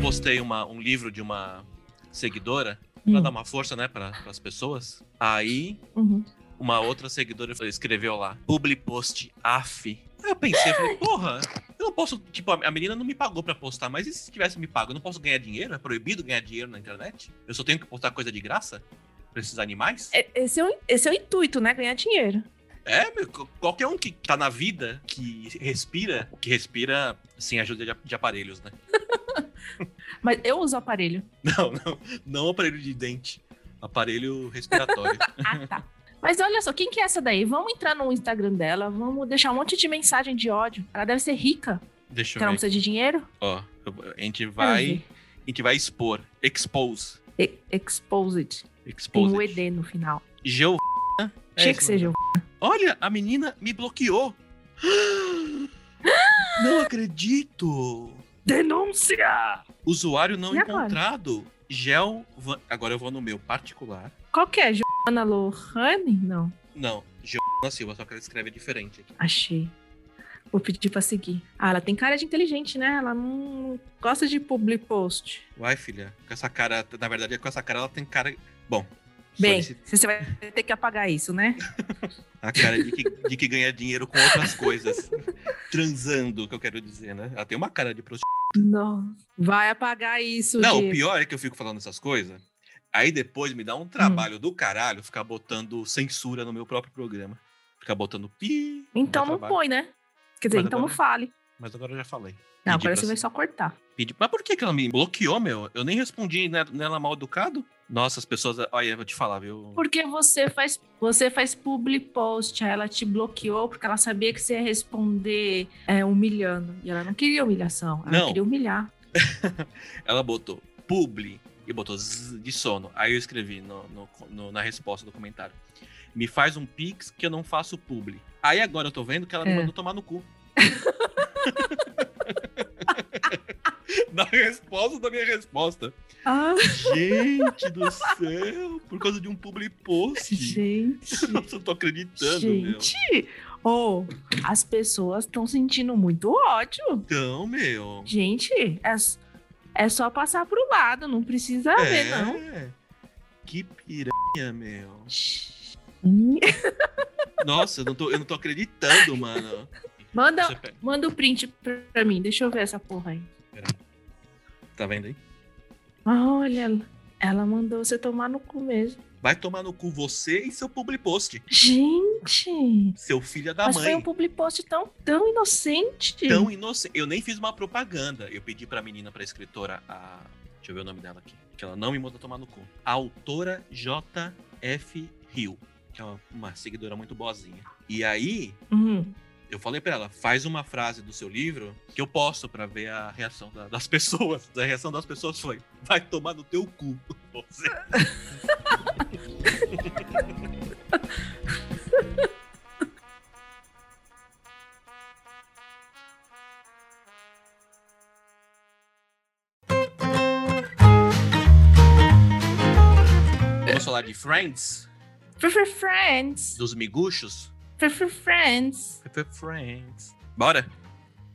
postei uma, um livro de uma seguidora pra Hum. dar um uma força, né, para as pessoas. Aí Uhum. uma outra seguidora falou- escreveu lá, publi post af. Aí eu pensei, falei, porra, eu não posso, tipo, a a menina não me pagou pra postar, mas e se tivesse me pago, eu não posso ganhar dinheiro? É proibido ganhar dinheiro na internet? Eu só tenho que postar coisa de graça pra esses animais? É- Esse é, o, esse é o intuito, né? Ganhar dinheiro. É, meu, qu- qualquer um que tá na vida, que respira, que respira sem ajuda de, a- de aparelhos, né? Mas eu uso aparelho. Não, não, não aparelho de dente, aparelho respiratório. Ah, tá. Mas olha só, quem que é essa daí? Vamos entrar no Instagram dela, vamos deixar um monte de mensagem de ódio. Ela deve ser rica, Deixa eu porque ela não ver. precisa de dinheiro. Ó, eu- a gente Quero vai, Então, ver. a gente vai expor, expose, E- Exposed. Tem expose. um ED no final. Geo. É Tinha isso, que um ser mano. Gil. Olha, a menina me bloqueou. Não acredito. Denúncia! Usuário não E agora? encontrado. Gel. Van- Agora eu vou no meu particular. Qual que é? Joana Lohane? Não, Não, Giovana Silva, só que ela escreve diferente aqui. achei. Vou pedir pra seguir. Ah, ela tem cara de inteligente, né? Ela não gosta de public post. Uai, filha, com essa cara, na verdade, com essa cara ela tem cara. Bom. Bem, solicita- você vai ter que apagar isso, né? A cara de que, de que ganha dinheiro com outras coisas. Transando, que eu quero dizer, né? Ela tem uma cara de prostituta. Não. Vai apagar isso. Não, o Diego. pior é que eu fico falando essas coisas. Aí depois me dá um Hum. trabalho do caralho ficar botando censura no meu próprio programa. Ficar botando pi. Então dá não trabalho. põe, né? Quer dizer, é Mas então agora- não fale. Mas agora eu já falei. Não, Pedi agora pra você vai ser- só cortar. Pedi- Mas por que, que ela me bloqueou, meu? Eu nem respondi né? ne- nela mal educado. Nossa, as pessoas. Olha, eu vou te falar, viu? Porque você faz, você faz public post, aí ela te bloqueou porque ela sabia que você ia responder é, humilhando. E ela não queria humilhação, ela Não. queria humilhar. Ela botou publi e botou zzz de sono. Aí eu escrevi no- no- no- na resposta do comentário. Me faz um pix que eu não faço publi. Aí agora eu tô vendo que ela me É. mandou tomar no cu. na resposta da minha resposta. Ah, Gente do céu, por causa de um publi post. gente. Nossa, eu não tô acreditando, meu. gente. Oh, as pessoas estão sentindo muito ódio. Então, meu. Gente, é, s- é só passar pro lado, não precisa ver, É. não. Que piranha, meu. Nossa, eu não tô, eu não tô acreditando, mano. Manda, Você pega- manda o print pra pra mim, deixa eu ver essa porra aí. Tá vendo aí? Ah, Olha, ela mandou você tomar no cu mesmo. Vai tomar no cu você e seu public post. Gente! Seu filho da mas Tá, mãe. foi um public post tão, tão inocente. Tão inocente. Eu nem fiz uma propaganda. Eu pedi pra menina, pra escritora, a. Deixa eu ver o nome dela aqui. Que ela não me mandou tomar no cu. A autora JF Hill. Que é uma, uma seguidora muito boazinha. E aí, Uhum. Eu falei pra ela, faz uma frase do seu livro que eu posto pra ver a reação da- das pessoas. A reação das pessoas foi: vai tomar no teu cu. Você. Vamos falar de Friends, For, for friends. dos miguxos. For, for friends. Friends. Bora?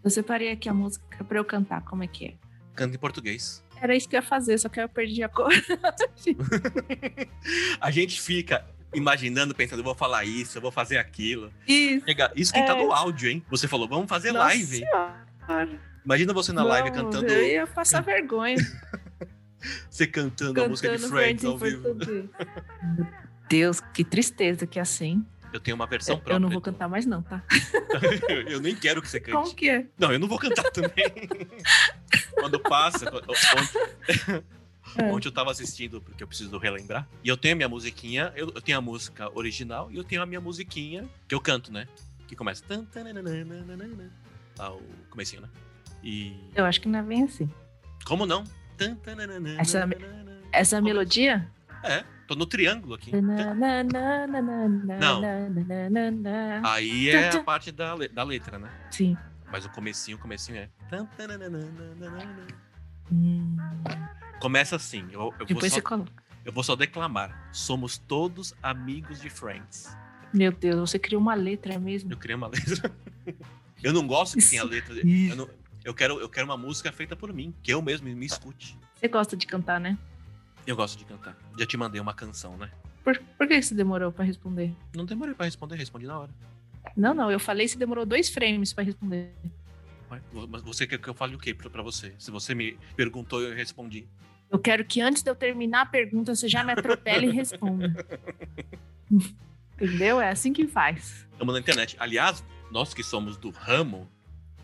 Eu separei aqui a música pra eu cantar, como é que é? Canta em português. Era isso que eu ia fazer, só que eu perdi a cor. A gente fica imaginando, pensando, eu vou falar isso, eu vou fazer aquilo. Isso. Chega- Isso quem tá É. no áudio, hein? Você falou, vamos fazer Nossa live. Senhora. Imagina você na live Vamos, cantando, Eu ia passar vergonha. você cantando, a música de cantando Friends Friends ao em vivo. português. Meu Deus, que tristeza que é assim. Eu tenho uma versão própria. eu não vou então. cantar mais, não, tá? Eu, eu nem quero que você Como cante. que é? Não, eu não vou cantar também. Quando passa, quando- ontem, É. ontem eu tava assistindo, porque eu preciso relembrar. E eu tenho a minha musiquinha, eu, eu tenho a música original e eu tenho a minha musiquinha que eu canto, né? Que começa. tan, tananana, Lá o né? comecinho, né? E. Eu acho que não é bem assim. Como não? Essa- Essa Como- melodia? É, tô no triângulo aqui. Não. Não. Aí é a parte da, le- da letra, né? Sim. Mas o comecinho, o comecinho é. Hum. Começa assim, eu, eu vou Depois só, você coloca. eu vou só declamar. Somos todos amigos de Friends. Meu Deus, você criou uma letra mesmo. Eu criei uma letra. Eu não gosto que tenha Isso. letra. Eu não, Eu quero, eu quero uma música feita por mim, que eu mesmo me escute. Você gosta de cantar, né? Eu gosto de cantar. Já te mandei uma canção, né? Por, por que você demorou pra responder? Não demorei pra responder, respondi na hora. Não, não, eu falei se demorou dois frames pra responder. Ué, Mas você quer que eu fale o quê pra pra você? Se você me perguntou, eu respondi. Eu quero que antes de eu terminar a pergunta, você já me atropele e responda. Entendeu? É assim que faz. Estamos na internet. Aliás, nós que somos do ramo,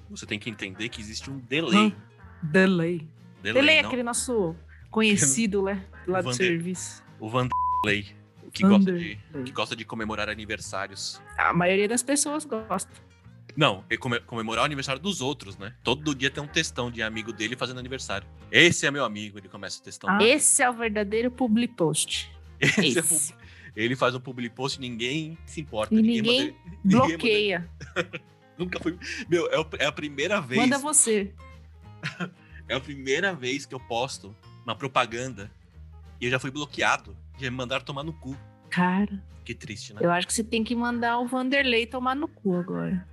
você tem que entender que existe um delay. Delay. Delay, Delay é não- aquele nosso conhecido, né? Lá do Vander- serviço. O Vanderlei, que gosta, de, Vanderlei. que gosta de comemorar aniversários. A maioria das pessoas gosta. Não, é come- comemorar o aniversário dos outros, né? Todo dia tem um textão de amigo dele fazendo aniversário. Esse é meu amigo, ele começa o textão. dele. Esse é o verdadeiro public post. Esse é o- Esse. Ele faz um public post e ninguém se importa. E manda- ninguém manda- bloqueia. Nunca foi. Meu, é, o- é a primeira vez. Manda você. É a primeira vez que eu posto uma propaganda e eu já fui bloqueado. Já me mandaram tomar no cu. Cara, Que triste, né? eu acho que você tem que mandar o Vanderlei tomar no cu agora.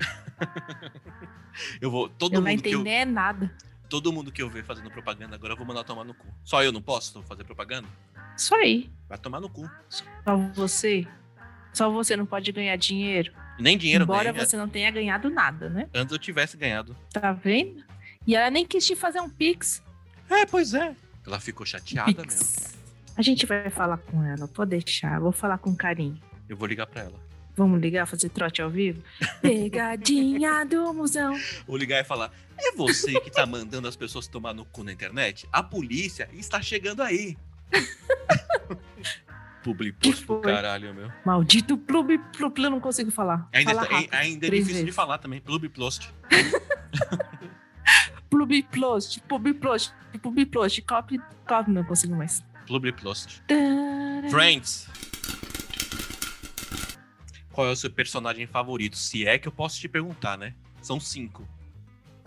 Eu vou. Todo eu não vai mundo que eu, entender é nada. todo mundo que eu ver fazendo propaganda agora eu vou mandar tomar no cu. Só eu não posso fazer propaganda? Isso aí. Vai tomar no cu. Só você. Só você não pode ganhar dinheiro. Nem dinheiro Embora ganha. você não tenha ganhado nada, né? Antes eu tivesse ganhado. Tá vendo? E ela nem quis te fazer um pix. É, pois é. Ela ficou chateada mesmo. Pix. A gente vai falar com ela, pode deixar. Vou falar com carinho. Eu vou ligar pra ela. Vamos ligar, fazer trote ao vivo? Pegadinha do musão. Vou ligar e falar: é você que tá mandando as pessoas tomar no cu na internet? A polícia está chegando aí. Public Que post do foi? caralho, meu. Maldito clube, clube, eu não consigo falar. Ainda, Fala está- rápido. ainda é três difícil de vezes. falar também. Clube Plost. Clube Plost, Clube Plost, Clube Plost, copy, copy, não consigo mais. Clube Plost. Tarará. Friends. Qual é o seu personagem favorito? Se é que eu posso te perguntar, né? São cinco.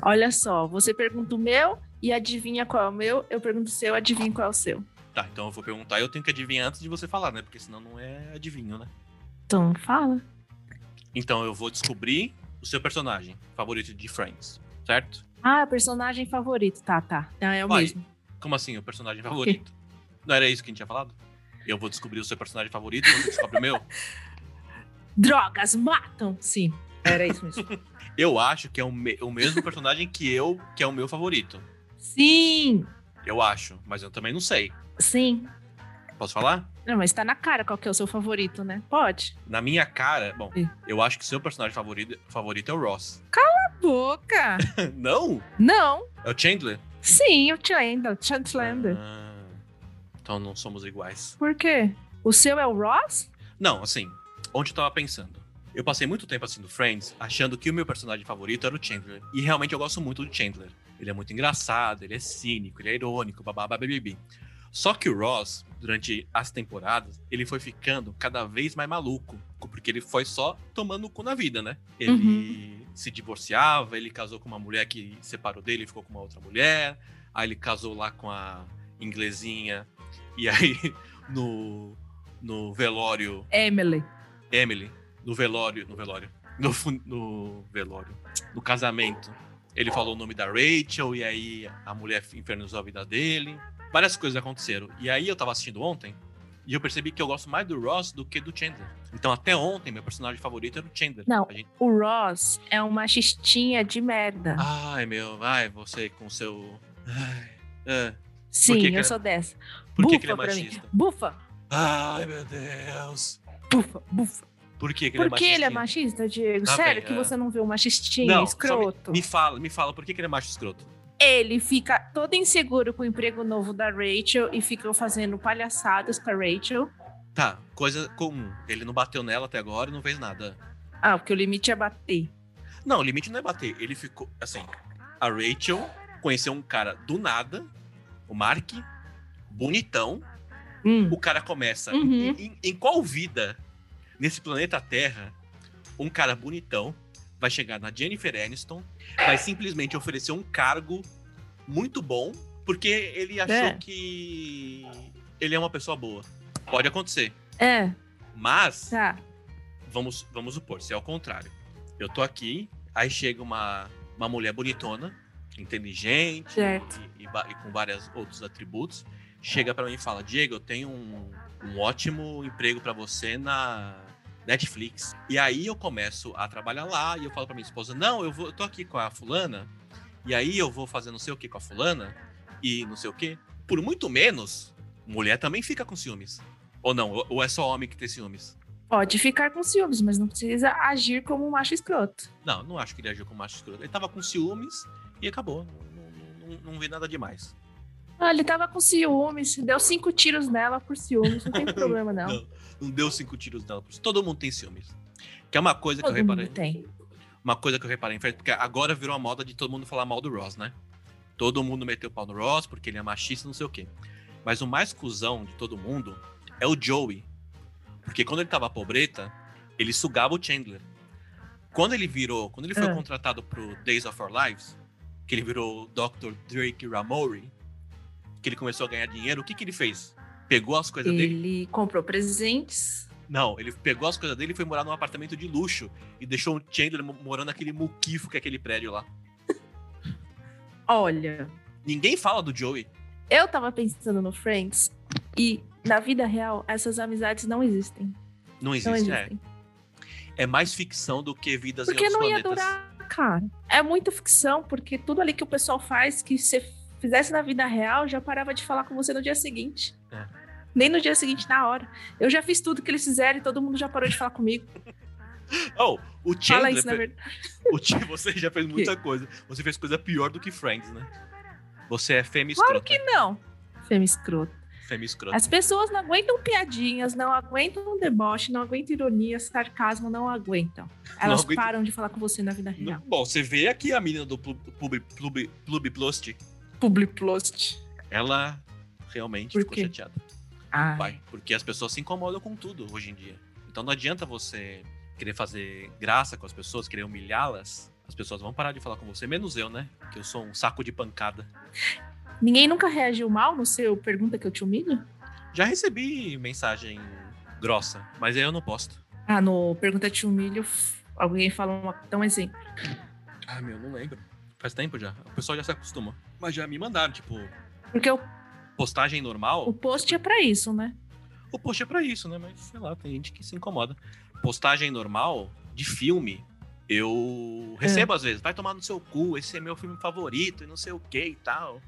Olha só, você pergunta o meu e adivinha qual é o meu, eu pergunto o seu, adivinha qual é o seu. Tá, então eu vou perguntar e eu tenho que adivinhar antes de você falar, né? Porque senão não é adivinho, né? Então fala. Então eu vou descobrir o seu personagem favorito de Friends, certo? Ah, personagem favorito, tá, tá. Então é o Vai. mesmo. Como assim, o personagem favorito? Não era isso que a gente tinha falado? Eu vou descobrir o seu personagem favorito, você descobre o meu? Drogas matam! Sim, era isso mesmo. Eu acho que é o, me- o mesmo personagem que eu, que é o meu favorito. Sim, Eu acho, mas eu também não sei. sim. Posso falar? Não, mas tá na cara qual que é o seu favorito, né? Pode. Na minha cara, bom, Sim. eu acho que seu personagem favorito, favorito é o Ross. Boca! não? não! É o Chandler? Sim, o Chandler. Chandler. Ah, então não somos iguais. Por quê? O seu é o Ross? Não, assim, onde eu tava pensando? Eu passei muito tempo assistindo Friends, achando que o meu personagem favorito era o Chandler. E realmente eu gosto muito do Chandler. Ele é muito engraçado, ele é cínico, ele é irônico, bababá, bibibi. Só que o Ross, durante as temporadas, ele foi ficando cada vez mais maluco. Porque ele foi só tomando o cu na vida, né? Ele se divorciava, ele casou com uma mulher que separou dele e ficou com uma outra mulher. Aí ele casou lá com a inglesinha. E aí, no, no velório Emily. Emily, no velório, no velório, no, fun- no velório, no casamento, ele falou o nome da Rachel e aí a mulher infernizou a vida dele. Várias coisas aconteceram. E aí eu tava assistindo ontem e eu percebi que eu gosto mais do Ross do que do Chandler. Então até ontem meu personagem favorito era o Chandler. Não. A gente- O Ross é uma xistinha de merda. Ai meu, ai você com seu, ai, é. Sim, que que eu é- sou dessa. por que, bufa que ele é pra mim. machista? Bufa, Ai meu Deus, bufa, bufa. por que, que ele é Por que ele é machistinha? machista, Diego? Tá Sério bem, que é. você não vê uma xistinha Não, escroto? Me fala, me fala por que, que ele é macho escroto? Ele fica todo inseguro com o emprego novo da Rachel e fica fazendo palhaçadas com a Rachel. Tá, coisa comum. Ele não bateu nela até agora e não fez nada. Ah, porque o limite é bater. Não, o limite não é bater. Ele ficou. Assim, a Rachel conheceu um cara do nada, o Mark, bonitão. Hum. O cara começa. Uhum. Em, em- em qual vida, nesse planeta Terra, um cara bonitão vai chegar na Jennifer Aniston, vai simplesmente oferecer um cargo muito bom, porque ele achou É. que ele é uma pessoa boa. Pode acontecer. É, Mas. tá. vamos, vamos supor, se é o contrário. Eu tô aqui, aí chega uma, uma mulher bonitona, inteligente Certo. e, e ba- e com vários outros atributos, chega pra mim e fala: Diego, eu tenho um, um ótimo emprego pra você na Netflix. E aí eu começo a trabalhar lá e eu falo pra minha esposa: Não, eu, vou, eu tô aqui com a fulana, e aí eu vou fazer não sei o que com a fulana, e não sei o que. Por muito menos, mulher também fica com ciúmes. Ou não, ou- ou é só homem que tem ciúmes. Pode ficar com ciúmes, mas não precisa agir como um macho escroto. Não, não acho que ele agiu com macho escroto. Ele tava com ciúmes e acabou. Não, não- não- não vi nada demais. Ah, ele tava com ciúmes, deu cinco tiros nela por ciúmes, não tem problema não. Não, não deu cinco tiros nela. Todo mundo tem ciúmes. Que é uma coisa que eu Todo reparei. mundo tem. Uma coisa que eu reparei, Fred, porque agora virou a moda de todo mundo falar mal do Ross, né? Todo mundo meteu o pau no Ross porque ele é machista, não sei o quê. Mas o mais cuzão de todo mundo é o Joey. Porque quando ele tava pobreta, ele sugava o Chandler. Quando ele virou, quando ele foi Ah. contratado pro Days of Our Lives, que ele virou Dr. Drake Ramori, que ele começou a ganhar dinheiro, o que que ele fez? Pegou as coisas dele Ele comprou presentes. não, ele pegou as coisas dele e foi morar num apartamento de luxo e deixou o Chandler mo- morando naquele muquifo que é aquele prédio lá. Olha, Ninguém fala do Joey. eu tava pensando no Friends e na vida real essas amizades não existem. Não existe, Não é. existem. É mais ficção do que vidas em Porque outros não ia planetas. durar, cara. É muita ficção, porque tudo ali que o pessoal faz, que você fizesse na vida real, já parava de falar com você no dia seguinte. É. Nem no dia seguinte, na hora. Eu já fiz tudo que eles fizeram e todo mundo já parou de falar comigo. Oh, o Fala Chandler. isso, né, é na fe- verdade. o Ch- Você já fez muita coisa. Você fez coisa pior do que Friends, né? Você é fêmea Claro escrota. que não. Fêmea escrota. Fêmea escrota. As pessoas não aguentam piadinhas, não aguentam um deboche, não aguentam ironia, sarcasmo, não aguentam. Elas aguentam. param de falar com você na vida Não- real. Bom, você vê aqui a menina do Plu- Pub Pub- Pub Plust. Publiplost. Ela realmente Por ficou quê? chateada. Ah, Vai, porque as pessoas se incomodam com tudo hoje em dia. Então não adianta você querer fazer graça com as pessoas, querer humilhá-las. As pessoas vão parar de falar com você, menos eu, né? Que eu sou um saco de pancada. Ninguém nunca reagiu mal no seu pergunta que eu te humilho? Já recebi mensagem grossa, mas eu não posto. Ah, no Pergunta Te Humilho, f- alguém fala uma. Dá um exemplo. Ah, meu, não lembro. Faz tempo já. O pessoal já se acostuma. Mas já me mandaram, tipo, Porque o, postagem o normal. post é pra isso, né? O post é pra isso, né? Mas sei lá, tem gente que se incomoda. Postagem normal de filme. Eu É. recebo às vezes, vai tomar no seu cu, esse é meu filme favorito e não sei o que e tal.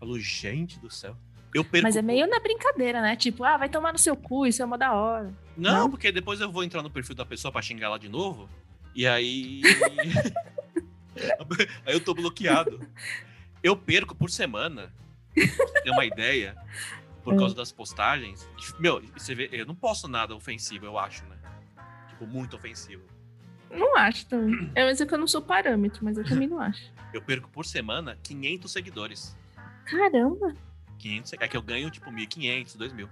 Falo, gente do céu. Eu perco. Mas é meio na brincadeira, né? Tipo, ah, vai tomar no seu cu, isso é uma da hora. Não, Não? porque depois eu vou entrar no perfil da pessoa pra xingar ela de novo. E aí. aí eu tô bloqueado. Eu perco por semana. pra você ter uma ideia. Por causa das postagens. Meu, você vê, eu não posto nada ofensivo, eu acho, né? Tipo, muito ofensivo. Não acho também. É, mas é que eu não sou parâmetro, mas eu também não acho. Eu perco por semana 500 seguidores. Caramba! 500, é que eu ganho tipo 1.500, 2.000.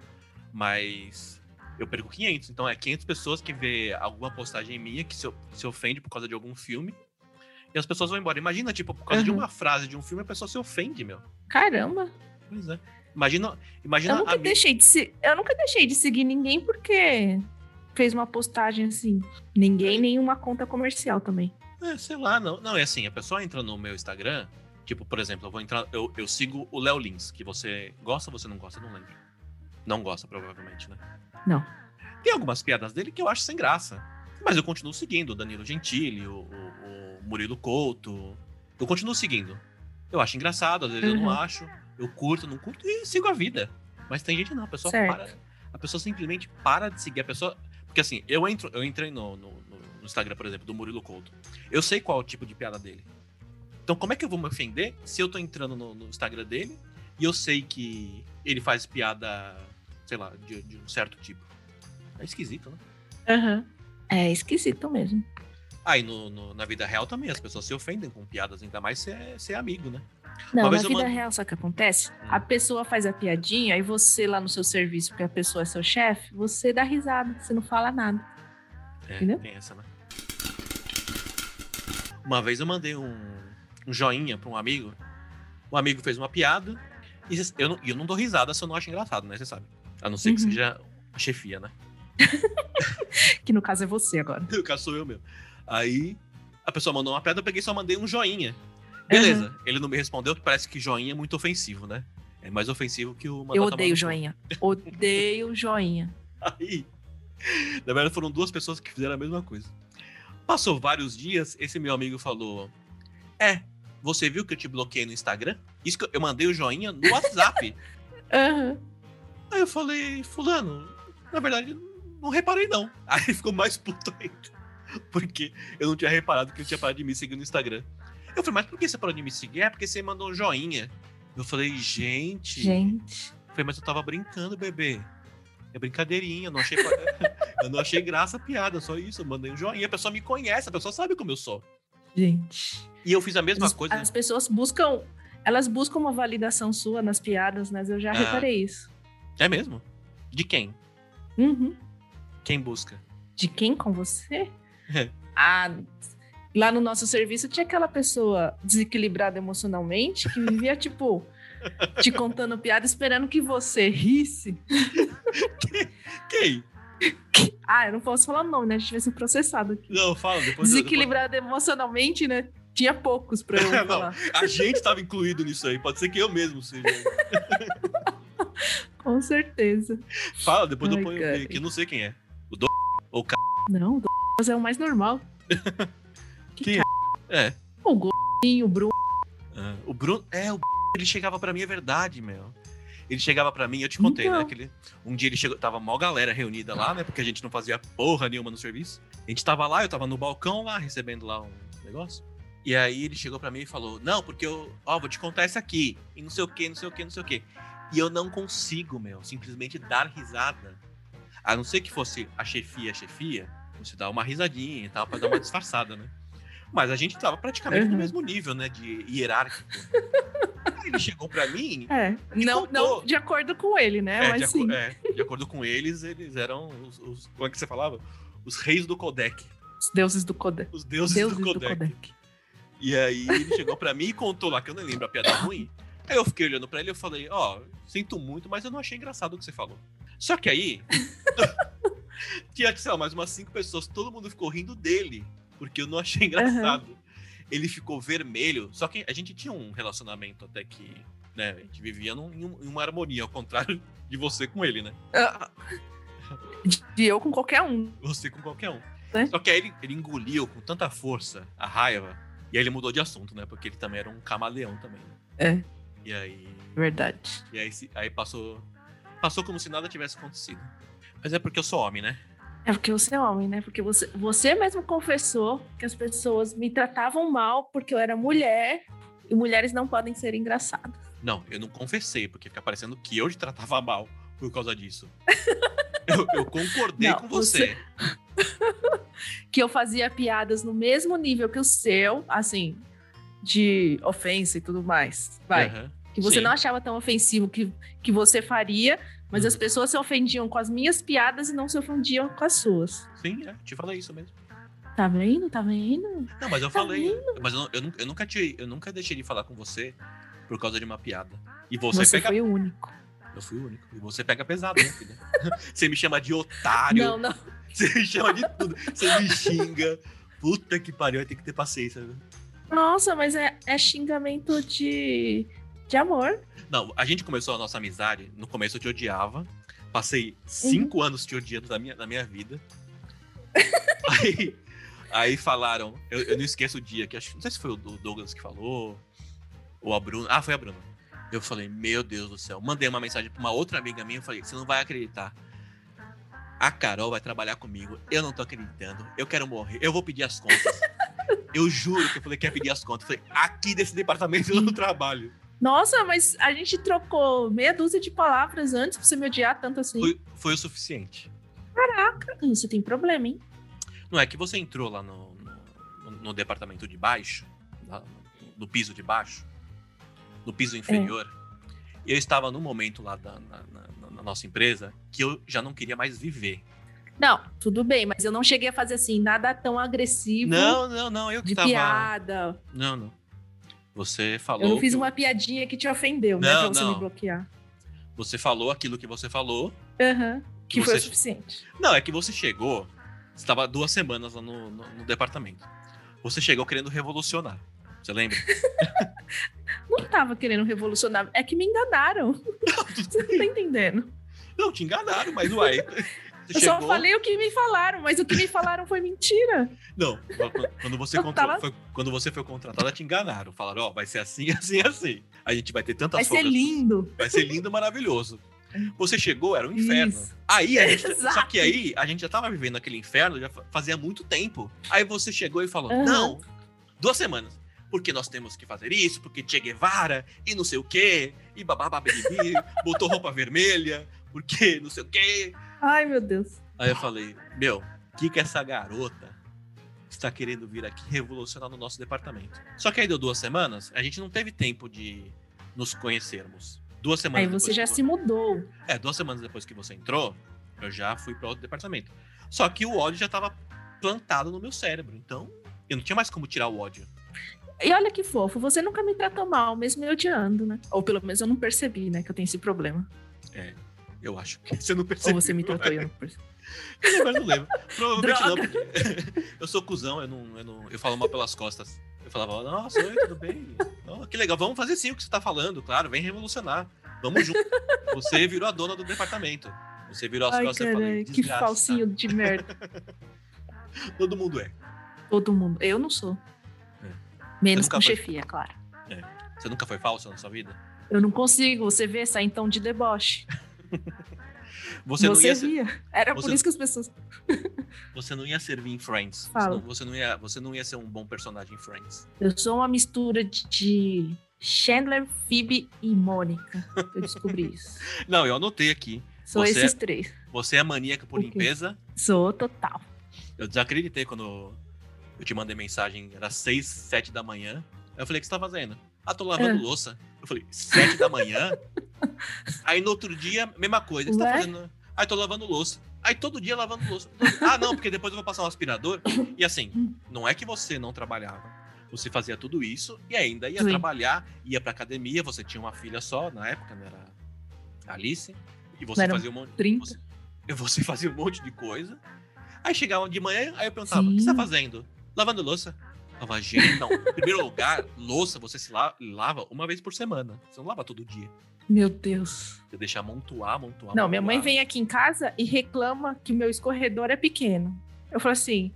Mas eu perco 500. Então é 500 pessoas que vê alguma postagem minha que se, se ofende por causa de algum filme. E as pessoas vão embora. Imagina, tipo, por causa de Uhum. uma frase de um filme, a pessoa se ofende, meu. Caramba! Pois é. Imagina, imagina Eu nunca a minha- deixei de se... Eu nunca deixei de seguir ninguém porque fez uma postagem assim. Ninguém, nenhuma conta comercial também. É, sei lá, não. Não, é assim, a pessoa entra no meu Instagram, tipo, por exemplo, eu vou entrar. Eu, eu sigo o Léo Lins, que você gosta ou você não gosta, eu não lembro. Não gosta, provavelmente, né? Não. Tem algumas piadas dele que eu acho sem graça. Mas eu continuo seguindo o Danilo Gentili, o, o- o Murilo Couto. Eu continuo seguindo. Eu acho engraçado, às vezes eu não Uhum. acho. Eu curto, não curto e sigo a vida. Mas tem gente que não, a pessoa Certo. para. né? A pessoa simplesmente para de seguir a pessoa. Porque assim, eu, entro, eu entrei no, no- no- no Instagram, por exemplo, do Murilo Couto. Eu sei qual é o tipo de piada dele. Então como é que eu vou me ofender se eu tô entrando no, no Instagram dele e eu sei que ele faz piada, sei lá, de, de um certo tipo? É esquisito, né? É esquisito mesmo. Aí no, no- na vida real também, as pessoas se ofendem com piadas, ainda mais se é, se é amigo, né? Uma Não, na vez eu vida mando- real, sabe o que acontece? A pessoa faz a piadinha e você lá no seu serviço, porque a pessoa é seu chefe, você dá risada, você não fala nada. É, Entendeu? tem essa, né? Uma vez eu mandei um, um joinha pra um amigo. O amigo fez uma piada. E cês- eu não, e eu não dou risada se eu não acho engraçado, né? Você sabe. A não ser que Uhum. seja a chefia, né? Que no caso é você agora. O caso sou eu mesmo. Aí a pessoa mandou uma piada, eu peguei e só mandei um joinha. Beleza, Uhum. ele não me respondeu, que parece que joinha é muito ofensivo, né? É mais ofensivo que o mandar Eu tomar no odeio cu. joinha. Odeio joinha. Aí, na verdade, foram duas pessoas que fizeram a mesma coisa. Passou vários dias, esse meu amigo falou: É, você viu que eu te bloqueei no Instagram? Isso que eu- eu mandei o joinha no WhatsApp. Aham. Aí eu falei, fulano, na verdade, não reparei não. Aí ele ficou mais puto ainda. Porque eu não tinha reparado que ele tinha parado de me seguir no Instagram. Eu falei, mas por que você parou de me seguir? É porque você mandou um joinha. Eu falei, gente. Gente. Eu falei, mas eu tava brincando, bebê. É brincadeirinha, eu não achei, pa- eu não achei graça a piada, só isso. Eu mandei um joinha, a pessoa me conhece, a pessoa sabe como eu sou. Gente. E eu fiz a mesma as, coisa. né? as pessoas buscam. Elas buscam uma validação sua nas piadas, mas eu já Ah. reparei isso. É mesmo? De quem? Uhum. Quem busca? De quem com você? É. Ah, lá no nosso serviço tinha aquela pessoa desequilibrada emocionalmente que vivia, tipo, te contando piada esperando que você risse. Quem? Ah, eu não posso falar o nome, né? A gente vai ser processado aqui. Não, fala depois. é, eu- depois- Desequilibrada emocionalmente, né? Tinha poucos pra eu Não. falar. A gente estava incluído nisso aí. Pode ser que eu mesmo seja. Com certeza. Fala, depois eu Ai, ponho cara. o que eu não sei quem é. Não, o Douglas é o mais normal. Que Quem é? ca- É. O Golinho, o Bruno. Ah, o Bruno. É, o ele chegava pra mim, é verdade, meu. Ele chegava pra mim, eu te contei, Então. né? que ele- um dia ele chegou, tava mó galera reunida lá, né? Porque a gente não fazia porra nenhuma no serviço. A gente tava lá, eu tava no balcão lá, recebendo lá um negócio. E aí ele chegou pra mim e falou: Não, porque eu, ó, vou te contar isso aqui. E não sei o que, não sei o que, não sei o que. E eu não consigo, meu, simplesmente dar risada. A não ser que fosse a chefia, a chefia, você dá uma risadinha e tal, pra dar uma disfarçada, né? Mas a gente tava praticamente no Uhum. mesmo nível, né, de hierárquico. aí ele chegou pra mim. É. Não, contou. não de acordo com ele, né? é, de, Mas aco- sim. é, de acordo com eles, eles eram os, os- Como é que você falava? Os reis do Codec. Os deuses do Kodak. Os deuses, Deuses do do Codec. Kodak. E aí ele chegou pra mim e contou lá, que eu nem lembro a piada ruim. Aí eu fiquei olhando pra ele e eu falei, ó, sinto muito, mas eu não achei engraçado o que você falou. Só que aí, tinha, sei lá, mais umas cinco pessoas, todo mundo ficou rindo dele, porque eu não achei engraçado. Ele ficou vermelho, só que a gente tinha um relacionamento até que, né, a gente vivia num- em um- em uma harmonia, ao contrário de você com ele, né? Ah. De- De eu com qualquer um. você com qualquer um. Né? Só que aí ele, ele engoliu com tanta força a raiva, e aí ele mudou de assunto, né? Porque ele também era um camaleão também. né? É. E aí. Verdade. E aí, se- aí passou. Passou como se nada tivesse acontecido. Mas é porque eu sou homem, né? É porque você é homem, né? Porque você, você mesmo confessou que as pessoas me tratavam mal porque eu era mulher e mulheres não podem ser engraçadas. Não, eu não confessei, porque fica parecendo que eu te tratava mal por causa disso. eu, eu concordei Não, com você. Que eu fazia piadas no mesmo nível que o seu, assim, de ofensa e tudo mais. Vai. Aham. que você sim. não achava tão ofensivo que, que você faria, mas Uhum. as pessoas se ofendiam com as minhas piadas e não se ofendiam com as suas. Sim, é, te falei isso mesmo. Tá vendo? Tá vendo? Não, mas eu Tá falei. Mas eu, eu, nu- eu nunca te, eu nunca deixei de falar com você por causa de uma piada. E você, Você, pega foi o único. Eu fui o único. E você pega pesado, né, filha? você me chama de otário, Não, não. você me chama de tudo, você me xinga. Puta que pariu, tem que ter paciência. né? Nossa, mas é, é xingamento de, de amor. Não, a gente começou a nossa amizade. No começo eu te odiava. Passei cinco anos te odiando na minha, na minha vida. aí, aí falaram. Eu, eu não esqueço o dia que acho. Não sei se foi o Dou- Douglas que falou. Ou a Bruna. Ah, foi a Bruna. Eu falei, meu Deus do céu. Mandei uma mensagem pra uma outra amiga minha. Eu falei, você não vai acreditar. A Carol vai trabalhar comigo. Eu não tô acreditando. Eu quero morrer. Eu vou pedir as contas. eu juro que eu falei que ia pedir as contas. Eu falei, aqui desse departamento eu não trabalho. Nossa, mas a gente trocou meia dúzia de palavras antes pra você me odiar tanto assim. Foi, foi o suficiente. Caraca, você tem problema, hein? Não é que você entrou lá no, no, no departamento de baixo, lá no- no piso de baixo, no É. piso inferior. E eu estava num momento lá da- na, na- na- na nossa empresa que eu já não queria mais viver. Não, tudo bem, mas eu não cheguei a fazer assim, nada tão agressivo Não, não, não, eu que de estava. piada. Não, não. Você falou. Eu não fiz que- uma piadinha que te ofendeu, né? Não, Pra você não. me bloquear. Você falou aquilo que você falou. Aham. Que Você- foi o suficiente. Não, é que você chegou. Você estava duas semanas lá no, no- no departamento. Você chegou querendo revolucionar. Você lembra? Não tava querendo revolucionar, é que me enganaram. Você não tá entendendo. Não, te enganaram, mas uai. Você Eu só falei o que me falaram, mas o que me falaram foi mentira. Não, quando- quando você, Eu contra- tava- foi, quando você foi contratada, te enganaram. Falaram, ó, vai ser assim, assim, assim. A gente vai ter tantas Vai ser folgas- lindo. Vai ser lindo, maravilhoso. Você chegou, era um inferno. Isso. Aí a gente, Exato. só que aí a gente já tava vivendo aquele inferno já fa- fazia muito tempo. Aí você chegou e falou: Aham. "Não, duas semanas. Porque nós temos que fazer isso, porque Che Guevara e não sei o quê, e bababá bebibi, botou roupa vermelha, porque não sei o quê". Ai, meu Deus. Aí eu falei: "Meu, o que que essa garota está querendo vir aqui revolucionar no nosso departamento?". Só que aí deu duas semanas, a gente não teve tempo de nos conhecermos. Duas semanas Aí você depois já que se mudou. é, duas semanas depois que você entrou, eu já fui pra outro departamento. Só que o ódio já tava plantado no meu cérebro, então eu não tinha mais como tirar o ódio. E olha que fofo, você nunca me tratou mal, mesmo eu te ando, né? Ou pelo menos eu não percebi, né, que eu tenho esse problema. Eu acho que você não Ou percebeu. né? você me tratou e eu não percebi. Mas não lembro. Provavelmente não, porque eu sou cuzão, eu não, eu não. Eu falo mal pelas costas. Eu falava, nossa, oi, tudo bem? Ó, que legal, vamos fazer sim o que você tá falando, claro, vem revolucionar. Vamos junto. Você virou a dona do departamento. Você virou as Ai, costas e falei, caralho, que desgraça. falsinho de merda. Todo mundo é. Todo mundo. Eu não sou. Menos Você nunca com foi- chefia, claro. Você nunca foi falso na sua vida? Eu não consigo, você vê, sai então de deboche. Você, Você, não ia ser. via. Era você por não- isso que as pessoas. Você não ia servir em Friends. Você Fala. não, você, não ia, você não ia ser um bom personagem em Friends. Eu sou uma mistura de- de Chandler, Phoebe e Mônica. Eu descobri isso. Não, eu anotei aqui. Sou Você- esses três. Você é maníaca por O quê? limpeza. Sou total. Eu desacreditei quando eu te mandei mensagem. Era 6, 7 da manhã. Aí Eu falei, o que você tá fazendo? Ah, tô lavando Ah. louça. Eu falei, 7 da manhã? Aí no outro dia, mesma coisa. O que você tá Ué? fazendo? Aí tô lavando louça. Aí todo dia lavando louça. Ah, não, porque depois eu vou passar um aspirador. E assim, não é que você não trabalhava. Você fazia tudo isso e ainda ia Sim. trabalhar, ia pra academia, você tinha uma filha só na época, não era a Alice. E você Não era fazia um monte. 30. Você, você fazia um monte de coisa. Aí chegava de manhã, aí eu perguntava: o que Sim. você tá fazendo? Lavando louça. Eu Falava, gente, não. Em primeiro lugar, louça você se la- lava uma vez por semana. Você não lava todo dia. Meu Deus. Você deixa amontoar, amontoar. Não, minha mãe amontoar. vem aqui em casa e reclama que meu escorredor é pequeno. Eu falo assim,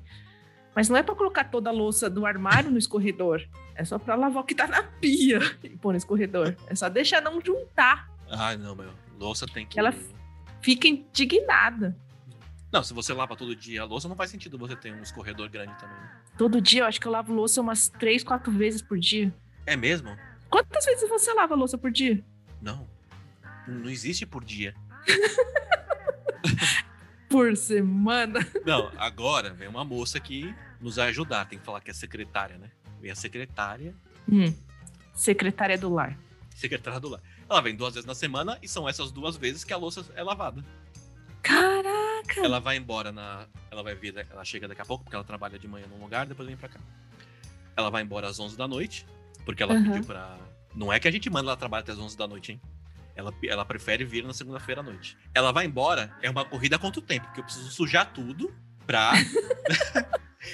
mas não é pra colocar toda a louça do armário no escorredor. É só pra lavar o que tá na pia e pôr no escorredor. É só deixar não juntar. Ah, não, meu. Louça tem que. Ela- Fica indignada. Não, se você lava todo dia a louça, não faz sentido você ter um escorredor grande também. Todo dia eu acho que eu lavo louça umas três, quatro vezes por dia. É mesmo? Quantas vezes você lava louça por dia? Não. Não existe por dia. Por semana. Não, agora vem uma moça que nos vai ajudar. Tem que falar que é secretária, né? Vem a secretária, Hum, secretária do lar. secretária do lar. Ela vem duas vezes na semana e são essas duas vezes que a louça é lavada. Caraca! Ela vai embora na. Ela vai vir, ela chega daqui a pouco, porque ela trabalha de manhã num lugar, depois vem pra cá. Ela vai embora às 11 da noite, porque ela Aham. pediu pra. Não é que a gente manda ela trabalhar até as 11 da noite, hein? Ela, ela prefere vir na segunda-feira à noite. Ela vai embora, é uma corrida contra o tempo, porque eu preciso sujar tudo pra.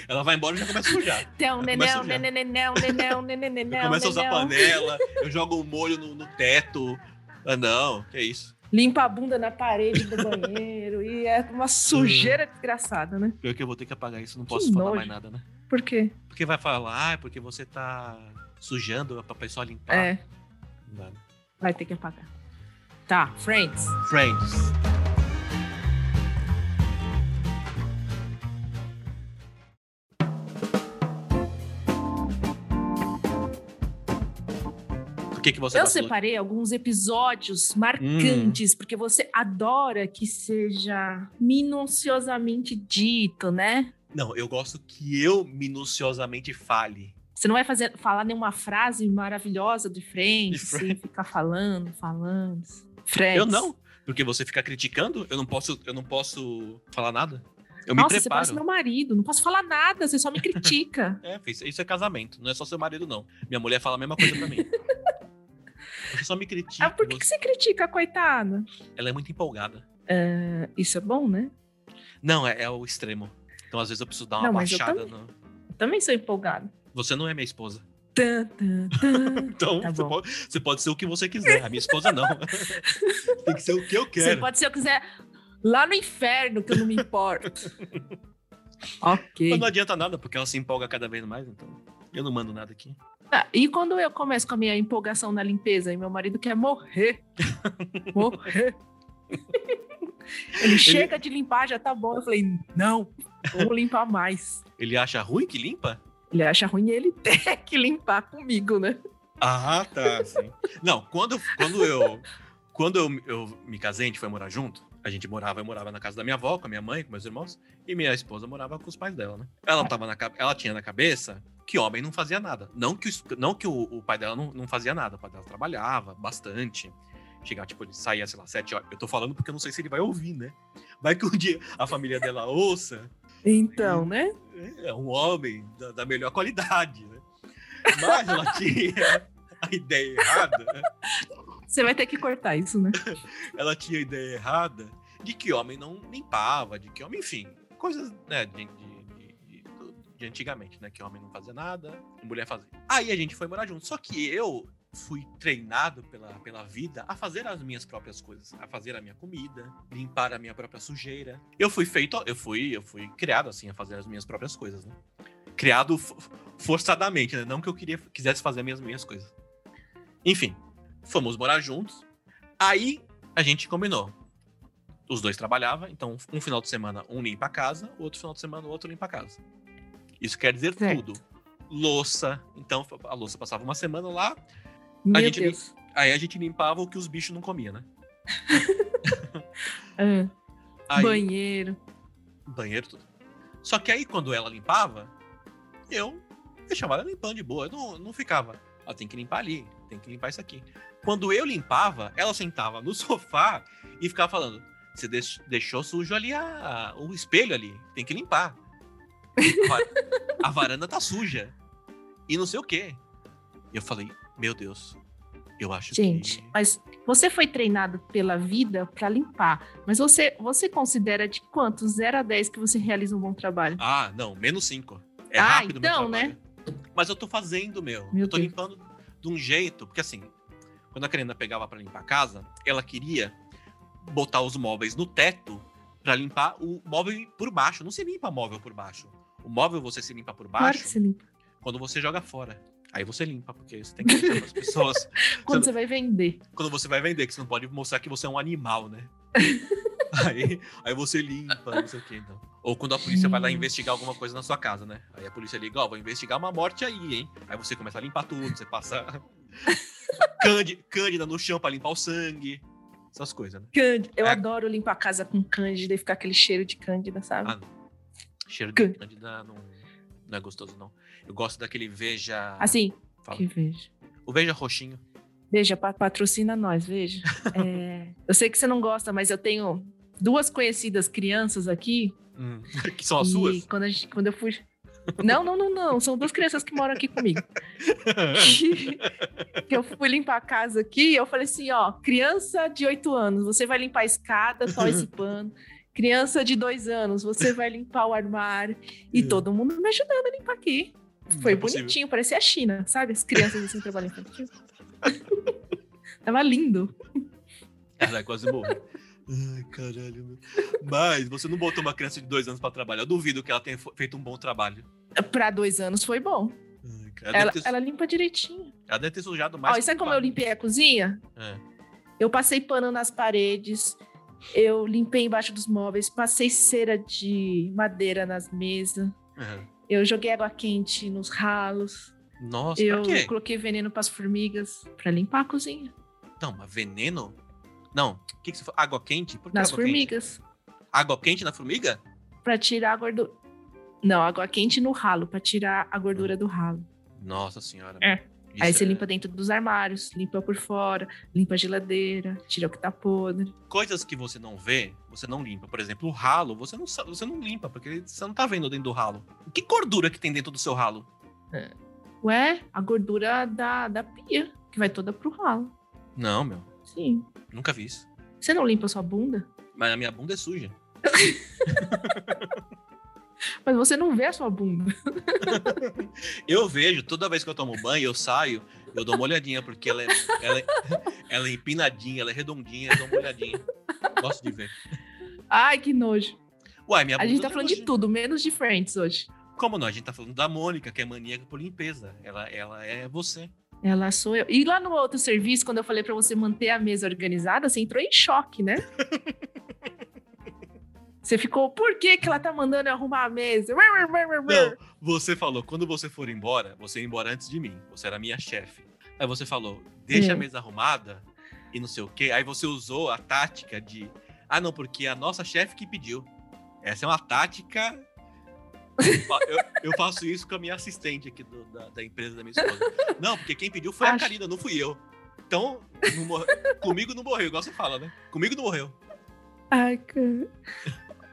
ela vai embora e já começa a sujar. Então, Já começa nenão, já. nenenão, nenão, nenenão, Eu começo a usar nenão. panela, eu jogo o molho no, no teto. Ah, não, que isso. limpa a bunda na parede do banheiro e é uma Hum. sujeira desgraçada, né? Pior que eu vou ter que apagar isso, não Que posso falar nojo. mais nada, né? Por quê? Porque vai falar, ah, é porque você tá sujando pra pessoa limpar. É, Não dá, né? vai ter que apagar. Tá, Friends. Friends. O que, que você Hum. Eu gosta do- separei alguns episódios marcantes, porque você adora que seja minuciosamente dito, né? Não, eu gosto que eu minuciosamente fale. Você não vai fazer, falar nenhuma frase maravilhosa de De Friends, Friends. e ficar falando, falando. Friends. Eu não, porque você fica criticando, eu não posso, eu não posso falar nada. Eu Nossa, me você preparo. parece meu marido. Não posso falar nada, você só me critica. É, isso- isso é casamento, não é só seu marido, não. Minha mulher fala a mesma coisa pra mim. Você só me critica. Ah, por que, que você critica, coitada? Ela é muito empolgada. Ah, isso é bom, né? Não, é, é o extremo. Então, às vezes, eu preciso dar uma Não, mas eu baixada. No... Eu também sou empolgada. Você não é minha esposa. Tã, tã, tã. Então, Tá você, bom. pode, você pode ser o que você quiser. A minha esposa não. Tem que ser o que eu Você quero. pode, se eu quiser, lá no inferno, que eu não me importo. ok. Mas não adianta nada, porque ela se empolga cada vez mais, então. Eu não mando nada aqui. Ah, e quando eu começo com a minha empolgação na limpeza e meu marido quer morrer. morrer. Ele, chega de limpar, já tá bom. Eu falei, não, vamos limpar mais. Ele acha ruim que limpa? Ele acha ruim e ele tem que limpar comigo, né? Ah, tá, sim. Não, quando, quando eu quando eu, eu me casei, a gente foi morar junto. A gente morava, eu morava na casa da minha avó, com a minha mãe, com meus irmãos, e minha esposa morava com os pais dela, né? Ela tava na ca- ela tinha na cabeça que homem não fazia nada. Não que, os- não que o, o pai dela não, não fazia nada, o pai dela trabalhava bastante. Chegava, tipo, ele saía, sei lá, sete horas. Eu tô falando porque eu não sei se ele vai ouvir, né? Vai que um dia a família dela ouça Então, né? é um homem da, da melhor qualidade, né? Mas ela tinha a ideia errada, né? Você vai ter que cortar isso, né? ela tinha a ideia errada de que homem não limpava, de que homem, enfim, coisas né, de, de- de- de- de antigamente, né? Que homem não fazia nada, mulher fazia. Aí a gente foi morar junto. Só que eu fui treinado pela, pela vida a fazer as minhas próprias coisas, a fazer a minha comida, limpar a minha própria sujeira. Eu fui feito, eu fui, eu fui criado assim a fazer as minhas próprias coisas, né? Criado fo- forçadamente, né? Não que eu queria, quisesse fazer as minhas, minhas coisas. Enfim, fomos morar juntos. Aí a gente combinou. Os dois trabalhavam, então um final de semana um limpa a casa, o outro final de semana o outro limpa a casa. Isso quer dizer Certo. tudo. Louça. Então a louça passava uma semana lá, Meu gente lim- Deus. aí a gente limpava o que os bichos não comiam, né? Ah, Aí, Banheiro. banheiro, tudo. Só que aí quando ela limpava, eu deixava ela limpando de boa. Eu não, não ficava. Ela tem que limpar ali, tem que limpar isso aqui. Quando eu limpava, ela sentava no sofá e ficava falando: Você deix- deixou sujo ali a, o espelho ali, tem que limpar. A, va- a varanda tá suja. E não sei o quê. E eu falei: Meu Deus, eu acho Gente, que. mas você foi treinado pela vida pra limpar. Mas você, você considera de quanto? 0 a 10 que você realiza um bom trabalho? Ah, não, menos 5. É Ah, rápido meu então, trabalho. Mas eu tô fazendo, meu. Meu eu tô Deus. limpando de um jeito, porque assim, quando a Karina pegava pra limpar a casa, ela queria botar os móveis no teto pra limpar o móvel por baixo. Não se limpa móvel por baixo. O móvel você se limpa por Claro que baixo você limpa. quando você joga fora. Aí você limpa, porque você tem que deixar as pessoas. Quando Você- você vai vender. Quando você vai vender, que você não pode mostrar que você é um animal, né? aí, aí você limpa, não sei o que. Então. Ou quando a polícia vai lá Gente. investigar alguma coisa na sua casa, né? Aí a polícia liga, ó, vou investigar uma morte aí, hein? Aí você começa a limpar tudo, você passa cândi- cândida no chão pra limpar o sangue. Essas coisas, né? Cândida. Eu É. adoro limpar a casa com cândida e ficar aquele cheiro de cândida, sabe? Ah, Cheiro de Cândida. cândida não, não é gostoso, não. Eu gosto daquele veja... assim, fala. que veja. O veja roxinho. Veja, pa- patrocina nós, veja. É, eu sei que você não gosta, mas eu tenho duas conhecidas crianças aqui. Hum, que são as e suas. Quando, a gente, quando eu fui... Não, não, não, não. São duas crianças que moram aqui comigo. que que eu fui limpar a casa aqui, eu falei assim, ó, criança de 8 anos, você vai limpar a escada, só esse pano. Criança de 2 anos, você vai limpar o armário. E É. todo mundo me ajudando a limpar aqui. Foi Não é possível. bonitinho, parecia a China, sabe? As crianças assim trabalhando infantil. Tava lindo. Caralho, quase morri. Ai, caralho, meu. Mas você não botou uma criança de dois anos pra trabalhar. Eu duvido que ela tenha fo- feito um bom trabalho. Pra dois anos foi bom. Ai, cara, Ela, deve ter, ela limpa direitinho. ela deve ter sujado mais. Ó, e sabe que o como eu pai. limpei a cozinha? É. Eu passei pano nas paredes, eu limpei embaixo dos móveis, passei cera de madeira nas mesas, Aham. eu joguei água quente nos ralos, Nossa, eu pra quê? coloquei veneno para as formigas para limpar a cozinha Não, mas veneno? Não. O que, que você falou? Água quente? Por que nas água formigas quente? Água quente na formiga? para tirar a gordura. Não, água quente no ralo para tirar a gordura do ralo. Nossa senhora. É. Hum, Isso Aí você é- limpa dentro dos armários, limpa por fora, limpa a geladeira, tira o que tá podre. Coisas que você não vê, você não limpa. Por exemplo, o ralo, você não, sa- você não limpa, porque você não tá vendo dentro do ralo. Que gordura que tem dentro do seu ralo? Ué, a gordura da, da pia que vai toda pro ralo. Não, meu. Sim. Nunca vi isso. Você não limpa sua bunda? Mas a minha bunda é suja. Mas você não vê a sua bunda. Eu vejo, toda vez que eu tomo banho, eu saio, eu dou uma olhadinha, porque ela é, ela é, ela é empinadinha, ela é redondinha, eu dou uma olhadinha. Gosto de ver. Ai, que nojo. Uai, minha A gente tá não é falando de nojenta. tudo, menos de Friends hoje. Como não? A gente tá falando da Mônica, que é maníaca por limpeza. Ela, ela é você. Ela sou eu. E lá no outro serviço, quando eu falei pra você manter a mesa organizada, você entrou em choque, né? Você ficou, por que que ela tá mandando eu arrumar a mesa? Não, você falou, quando você for embora, você ia embora antes de mim. Você era minha chefe. Aí você falou, deixa a Hum. mesa arrumada e não sei o quê. Aí você usou a tática de, ah não, porque é a nossa chefe que pediu. Essa é uma tática. Eu, fa- eu- eu faço isso com a minha assistente aqui do- da, da empresa da minha esposa. Não, porque quem pediu foi a Acho- Karina, não fui eu. Então, não mor- comigo não morreu, igual você fala, né? Comigo não morreu. Ai, cara.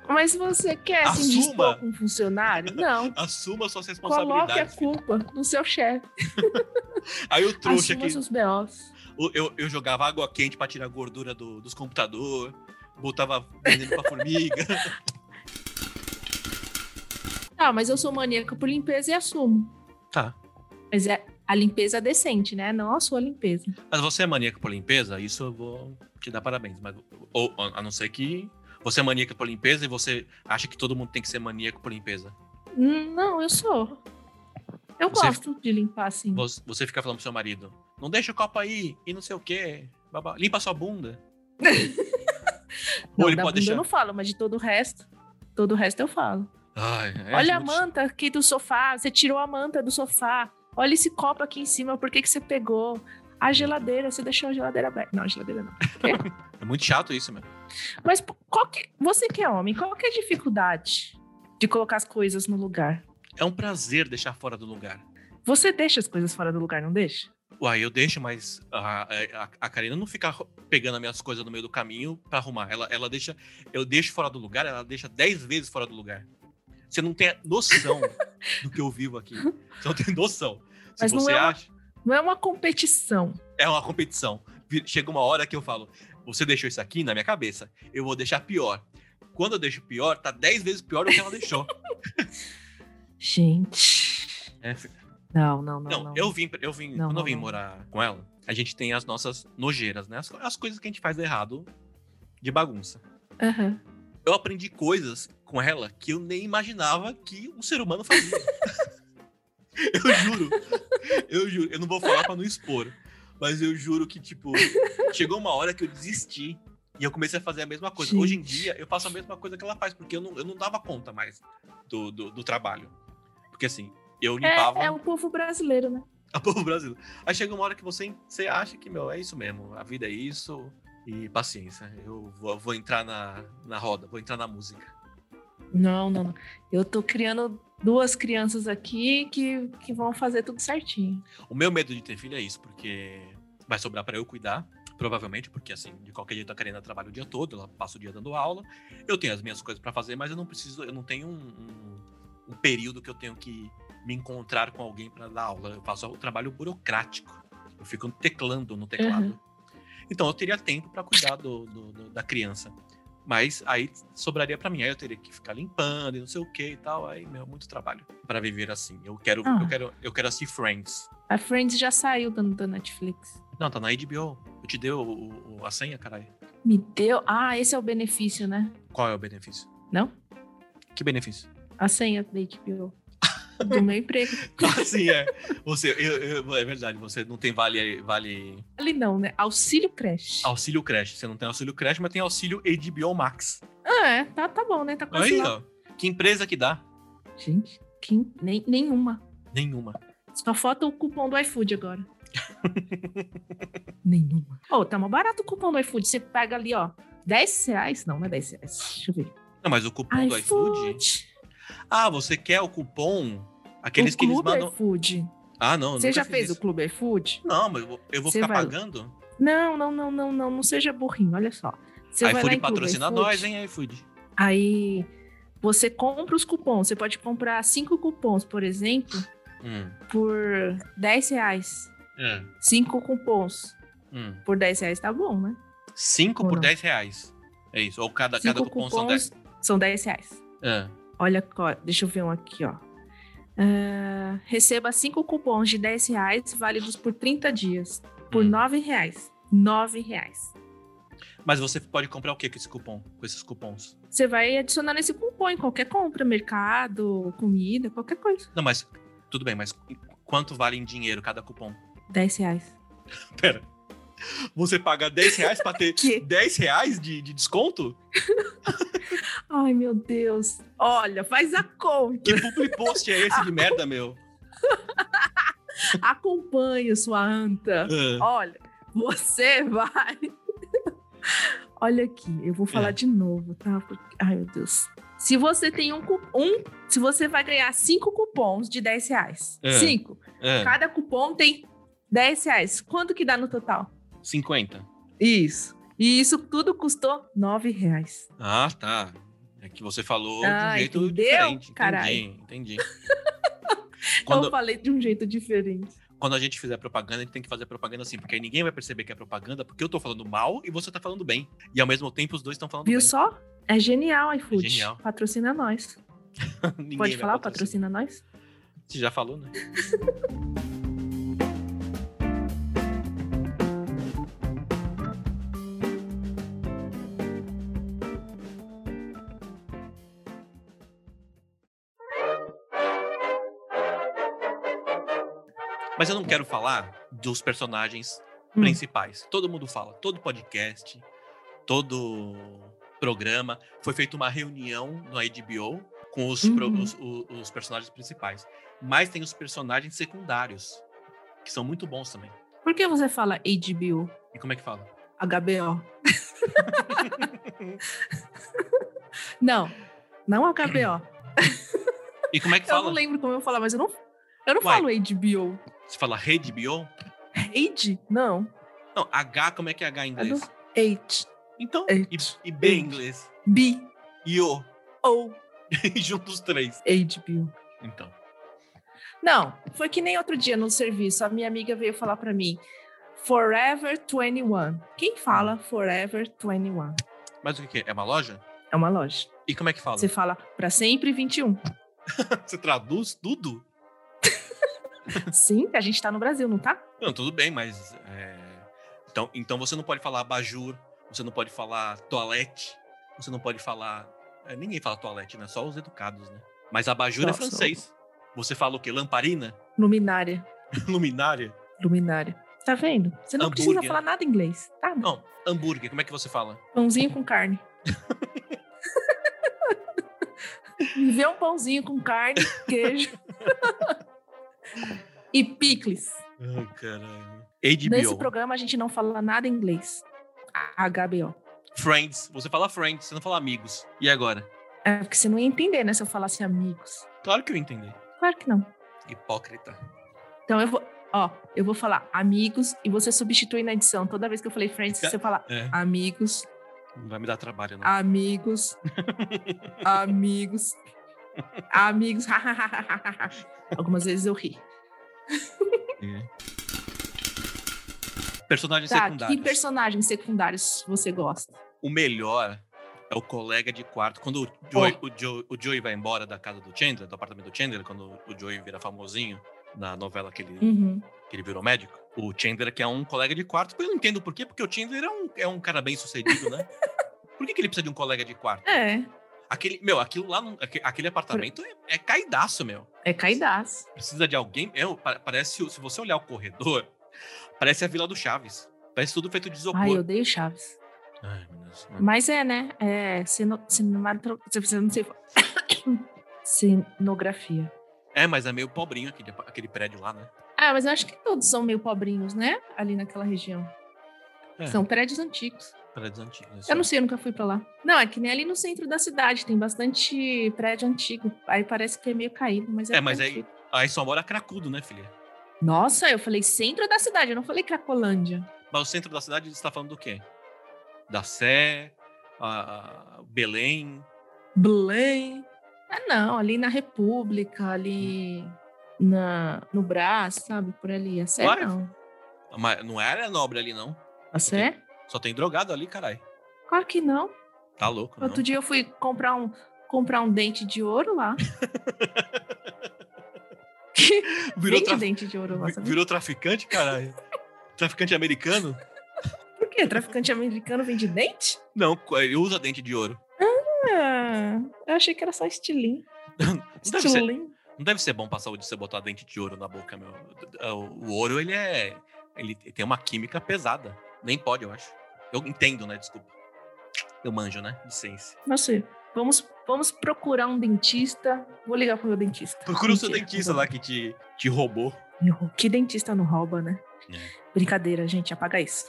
Mas você quer se Assuma. indispor com um funcionário? Não. Assuma suas Coloque a responsabilidades. culpa no seu chefe. Aí o trouxa Assuma aqui. seus B.O.s. O- Eu, eu jogava água quente pra tirar a gordura do- dos computadores, botava veneno pra formiga. Ah, mas eu sou maníaca por limpeza e assumo. Tá. Mas é a limpeza decente, né? Não a sua limpeza. Mas você é maníaco por limpeza? Isso eu vou te dar parabéns. Mas, ou, a a não ser que você é maníaco por limpeza e você acha que todo mundo tem que ser maníaco por limpeza. Hum, Não, eu sou. Eu Você- gosto de limpar assim. Vo- Você fica falando pro seu marido, não deixa o copo aí e não sei o quê. babá, Limpa sua bunda. Não, Ou ele pode da bunda deixar. eu não falo, mas de todo o resto, todo o resto eu falo. Ai, é Olha a muito- manta aqui do sofá, você tirou a manta do sofá. Olha esse copo aqui em cima, por que, que você pegou? A geladeira, você deixou a geladeira aberta. Não, a geladeira não. É muito chato isso, meu. Mas p- qual que, você que é homem, qual que é a dificuldade de colocar as coisas no lugar? É um prazer deixar fora do lugar. Você deixa as coisas fora do lugar, não deixa? Uai, eu deixo, mas a, a, a Karina não fica arru- pegando as minhas coisas no meio do caminho pra arrumar. Ela, ela deixa. Eu deixo fora do lugar, ela deixa 10 vezes fora do lugar. Você não tem noção do que eu vivo aqui. Você não tem noção. Se Mas não você é uma- acha. Não é uma competição. É uma competição. Vi- Chega uma hora que eu falo: você deixou isso aqui na minha cabeça, eu vou deixar pior. Quando eu deixo pior, tá 10 vezes pior do que ela deixou. Gente. É, fi- Não, não, não. Não, não. eu vim, eu vim, Não, quando eu não, vim não. morar com ela, a gente tem as nossas nojeiras, né? As, co- as coisas que a gente faz errado de bagunça. Aham. Eu aprendi coisas com ela que eu nem imaginava que um ser humano fazia. eu juro. Eu juro, eu não vou falar pra não expor, mas eu juro que tipo, chegou uma hora que eu desisti e eu comecei a fazer a mesma coisa. Hoje em dia eu faço a mesma coisa que ela faz, porque eu não, eu não dava conta mais do, do, do trabalho. Porque assim, eu limpava É, é o povo brasileiro, né? a povo brasileiro. Aí chega uma hora que você, você acha que, meu, é isso mesmo. A vida é isso. E paciência. Eu vou, vou entrar na, na roda, vou entrar na música. Não, não, não. Eu tô criando duas crianças aqui que, que vão fazer tudo certinho. O meu medo de ter filho é isso, porque vai sobrar pra eu cuidar. Provavelmente, porque assim, de qualquer jeito a Karina trabalha o dia todo, ela passa o dia dando aula. Eu tenho as minhas coisas pra fazer, mas eu não preciso, eu não tenho um, um- um período que eu tenho que me encontrar com alguém pra dar aula. Eu faço o trabalho burocrático. Eu fico teclando no teclado. Então eu teria tempo pra cuidar do, do- do- da criança. Mas aí sobraria pra mim, aí eu teria que ficar limpando e não sei o que e tal. Aí, meu, muito trabalho pra viver assim. Eu quero, Ah. eu quero, eu quero assistir Friends. A Friends já saiu da, da Netflix. Não, tá na HBO. Eu te dei o, o- o- a senha, caralho. Me deu. Ah, esse é o benefício, né? Qual é o benefício? Não? Que benefício? A senha da HBO. Do meu emprego. Assim, é. Você, eu- eu- é verdade, você não tem vale, vale Ali não, né? Auxílio creche. auxílio creche. Você não tem auxílio creche, mas tem auxílio HBO Max. Ah, é. Tá, tá bom, né? Tá quase Aí, lá. ó. Que empresa que dá? Gente, que... Nem, nenhuma. Nenhuma. Só falta o cupom do iFood agora. Nenhuma. Ô, tá mó barato o cupom do iFood. Você paga ali, ó, 10 reais. Não, não é 10 reais. Deixa eu ver. Não, mas o cupom do iFood. Ah, você quer o cupom? Aqueles o que eles clube mandam. iFood. Ah, não. eu Você nunca já fiz fez isso. o clube iFood? Não, mas eu vou, eu vou Você ficar vai- pagando. Não, não, não, não, não. Não seja burrinho, olha só. Você vai lá iFood em clube patrocina iFood, nós, hein, iFood. Aí você compra os cupons. Você pode comprar cinco cupons, por exemplo, Hum. por 10 reais. É. Cinco cupons Hum. por 10 reais tá bom, né? 5 Ou por não? 10 reais. É isso. Ou cada, cada Cinco cupom são 10. cupons são 10 reais. É. Olha, co- deixa eu ver um aqui, ó. Ah, receba cinco cupons de 10 reais válidos por 30 dias. Por Hum. 9 reais. 9 reais. Mas você pode comprar o que com esse cupom? Com esses cupons? Você vai adicionar esse cupom em qualquer compra, mercado, comida, qualquer coisa. Não, mas tudo bem, mas qu- quanto vale em dinheiro cada cupom? 10 reais. Pera. Você paga 10 reais pra ter Que? 10 reais de, de desconto? Ai, meu Deus. Olha, faz a conta. Que public post é esse de merda, meu? Acompanhe sua anta. Ah, Olha, você vai. Olha aqui, eu vou falar É. de novo, tá? Porque- Ai, meu Deus. Se você tem um, cu- um, se você vai ganhar cinco cupons de 10 reais. É. Cinco. ah, Cada cupom tem 10 reais. Quanto que dá no total? 50. Isso. E isso tudo custou 9 reais. Ah, tá. É que você falou de Ah, um jeito entendeu? diferente. Caralho. Entendi, entendi. Eu Quando, falei de um jeito diferente. quando a gente fizer propaganda, a gente tem que fazer propaganda assim, porque aí ninguém vai perceber que é propaganda, porque eu tô falando mal e você tá falando bem. E ao mesmo tempo os dois estão falando Viu bem. só? É genial, iFood. É genial. Patrocina nós. Ninguém Pode vai falar, patrocinar. patrocina nós? Você já falou, né? Mas eu não quero falar dos personagens Hum. principais. Todo mundo fala, todo podcast, todo programa. Foi feita uma reunião no HBO com os, pro- Uhum. os- o- os personagens principais. Mas tem os personagens secundários, que são muito bons também. Por que você fala HBO? E como é que fala? HBO. não, não é HBO. E como é que Eu não fala? lembro como eu falar, mas eu não, eu não Uai. falo HBO. Você fala HBO? H? Não. Não, H, como é que é H em É do inglês? H. Então, É. e, e B em inglês. B. E O. O. Juntos os três. HBO. Então. Não, foi que nem outro dia no serviço. A minha amiga veio falar pra mim. Forever 21. Quem fala Forever 21? Mas o que que é? É uma loja? É uma loja. E como é que fala? Você fala pra sempre 21. Você traduz tudo? Sim, a gente tá no Brasil, não tá? Não, tudo bem, mas. é, Então, então você não pode falar abajur, você não pode falar toalete, você não pode falar. é, ninguém fala toalete, né? Só os educados, né? Mas abajur é Nossa. francês. Você fala o quê? Lamparina? Luminária. Luminária? Luminária. Tá vendo? Você não Hambúrguer. precisa falar nada em inglês, tá? Não, hambúrguer, como é que você fala? Pãozinho com carne. Me vê um pãozinho com carne, queijo. e picles. Ai, caralho. Nesse HBO. programa a gente não fala nada em inglês. HBO. Friends. Você fala friends, você não fala amigos. E agora? É porque você não ia entender, né? Se eu falasse amigos. Claro que eu entendi. Claro que não. Hipócrita. Então eu vou. Ó, eu vou falar amigos e você substitui na edição. Toda vez que eu falei friends, Tá. você fala É, amigos, não vai me dar trabalho, não. amigos, amigos, amigos. Algumas vezes eu ri. Personagens Tá, secundários. que personagens secundários você gosta? O melhor é o colega de quarto. Quando o Joey, Oh. o Joey- o Joey vai embora da casa do Chandler, do apartamento do Chandler, quando o Joey vira famosinho na novela que ele, Uhum. que ele virou médico, o Chandler que é um colega de quarto. Eu não entendo por quê, porque o Chandler é um, é um cara bem sucedido, né? Por que, que ele precisa de um colega de quarto? É, Aquele, meu, aquilo lá, não- aque- aquele apartamento é, é caidaço, meu. é caidaço. Precisa de alguém. Eu, pa- parece, o- se você olhar o corredor, parece a Vila do Chaves. Parece tudo feito de isopor. Ai, eu odeio Chaves. Ai, meu Deus. Mas é, né? É ceno- cinematro- você precisa- não sei. Cenografia. É, mas é meio pobrinho aquele, apa- aquele prédio lá, né? Ah, mas eu acho que todos são meio pobrinhos, né? Ali naquela região. É. São prédios antigos. Prédios antigos. assim. Eu não sei, eu nunca fui pra lá. Não, é que nem ali no centro da cidade, tem bastante prédio antigo. Aí parece que é meio caído, mas é. É, mas antigo. Aí só mora cracudo, né, filha? Nossa, eu falei centro da cidade, eu não falei Cracolândia. Mas o centro da cidade está falando do quê? Da Sé, a- a- Belém. Belém. Ah, não, ali na República, ali na, no Brás, sabe? Por ali. A Sé Vai. não. Mas não é área nobre ali, não. A Sé? Só tem drogado ali, caralho. Claro que não. Tá louco, não. Outro dia eu fui comprar um comprar um dente de ouro lá. Virou, Vende tra- dente de ouro lá, vi- sabe? virou traficante, caralho. traficante americano? Por quê? Traficante americano vende dente? Não, co- ele usa dente de ouro. Ah, eu achei que era só estilinho. Não deve, ser, Estilinho. não deve ser bom pra saúde você botar dente de ouro na boca, meu. É, O, o ouro, ele é. Ele tem uma química pesada. Nem pode, eu acho. Eu entendo, né? Desculpa. Eu manjo, né? Licença. Nossa, vamos, vamos procurar um dentista. Vou ligar pro meu dentista. Procura o seu Mentira, dentista não vou. lá que te, te roubou. Meu, Que dentista não rouba, né? É. Brincadeira, gente, apaga isso.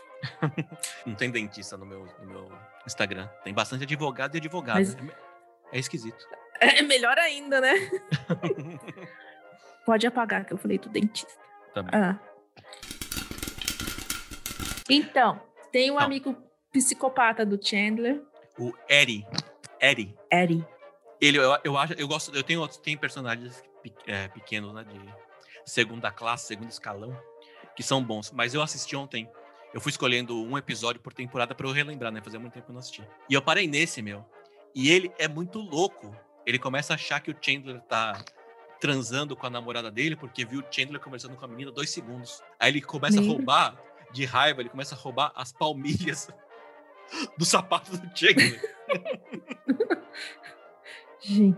Não tem dentista no meu, no meu Instagram. Tem bastante advogado e advogada. Mas- É me- É esquisito. É melhor ainda, né? Pode apagar, que eu falei do dentista. Tá bom. Ah. Então, tem um Então. amigo psicopata do Chandler, O Eri. Eri. Eddie. Ele, eu, eu acho, eu gosto, eu tenho outros, tem personagens pe- é, pequenos, né, de segunda classe, segundo escalão, que são bons. Mas eu assisti ontem, eu fui escolhendo um episódio por temporada pra eu relembrar, né, fazia muito tempo que eu não assistia. E eu parei nesse, meu, e ele é muito louco. Ele começa a achar que o Chandler tá transando com a namorada dele, porque viu o Chandler conversando com a menina dois segundos. Aí ele começa a Lembro. roubar, de raiva, ele começa a roubar as palmilhas do sapato do Chandler. Gente,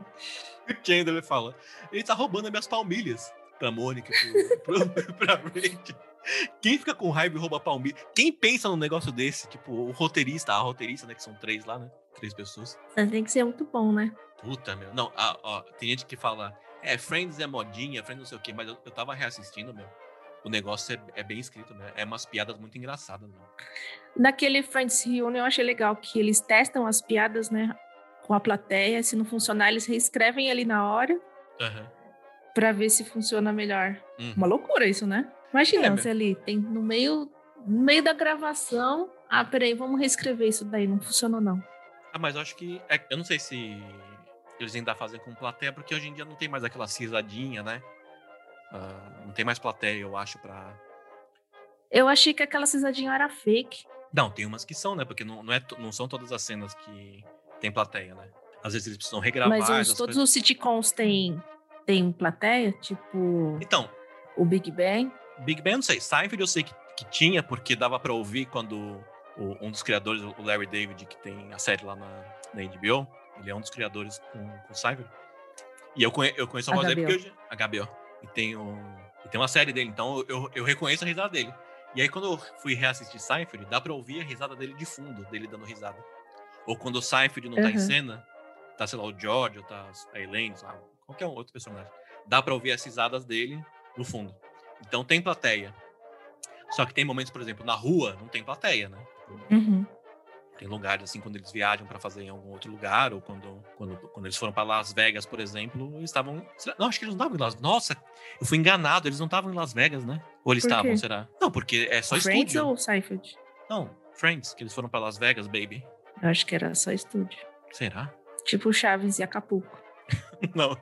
E o Chandler fala: ele tá roubando as minhas palmilhas. Pra Mônica, pro, pro, pra Rachel. Quem fica com raiva e rouba palmilha? Quem pensa num negócio desse? Tipo, o roteirista, a roteirista, né? Que são três lá, né? Três pessoas. você tem que ser muito bom, né? Puta, meu. Não, ah, ó, tem gente que fala: é, Friends é modinha, Friends não sei o quê, mas eu, eu tava reassistindo, meu. O negócio é, é bem escrito, né? É umas piadas muito engraçadas, meu. Naquele Friends Reunion, eu achei legal que eles testam as piadas, né? Com a plateia. Se não funcionar, eles reescrevem ali na hora Aham. pra ver se funciona melhor. Uhum. Uma loucura isso, né? Imagina, É, né? você ali tem no meio, no meio da gravação. Ah, peraí, vamos reescrever isso daí. Não funcionou, não. Ah, mas eu acho que. é- eu não sei se eles ainda fazem com plateia, porque hoje em dia não tem mais aquela risadinha, né? Ah, não tem mais plateia, eu acho, pra. Eu achei que aquela cisadinha era fake. Não, tem umas que são, né? Porque não, não, é to- não são todas as cenas que tem plateia, né? Às vezes eles precisam regravar. mas os- essas todos coisas. os sitcoms têm, têm plateia, tipo Então, o Big Bang. Big Bang, eu não sei. Seinfeld eu sei que, que tinha, porque dava pra ouvir quando o- um dos criadores, o Larry David, que tem a série lá na, na HBO, ele é um dos criadores com, com Seinfeld. E eu, conhe- eu conheço a voz dele HBO. porque eu já- HBO. E tem, um, e tem uma série dele, então eu, eu reconheço a risada dele. E aí quando eu fui reassistir Seinfeld, dá pra ouvir a risada dele de fundo, dele dando risada. Ou quando o Seinfeld não tá em Uhum. cena, tá, sei lá, o George, ou tá a Elaine, sei lá, qualquer um outro personagem. Dá pra ouvir as risadas dele no fundo. Então tem plateia. Só que tem momentos, por exemplo, na rua não tem plateia, né? Tem lugares assim, quando eles viajam pra fazer em algum outro lugar, ou quando, quando, quando eles foram pra Las Vegas, por exemplo, eles estavam. será- Não, acho que eles não estavam em Las Nossa, eu fui enganado, eles não estavam em Las Vegas, né? Ou eles Por estavam, quê? será? Não, porque é só Friends estúdio. ou Seinfeld? Não, Friends, que eles foram pra Las Vegas, baby. Eu acho que era só estúdio. Será? Tipo Chaves e Acapulco. Não.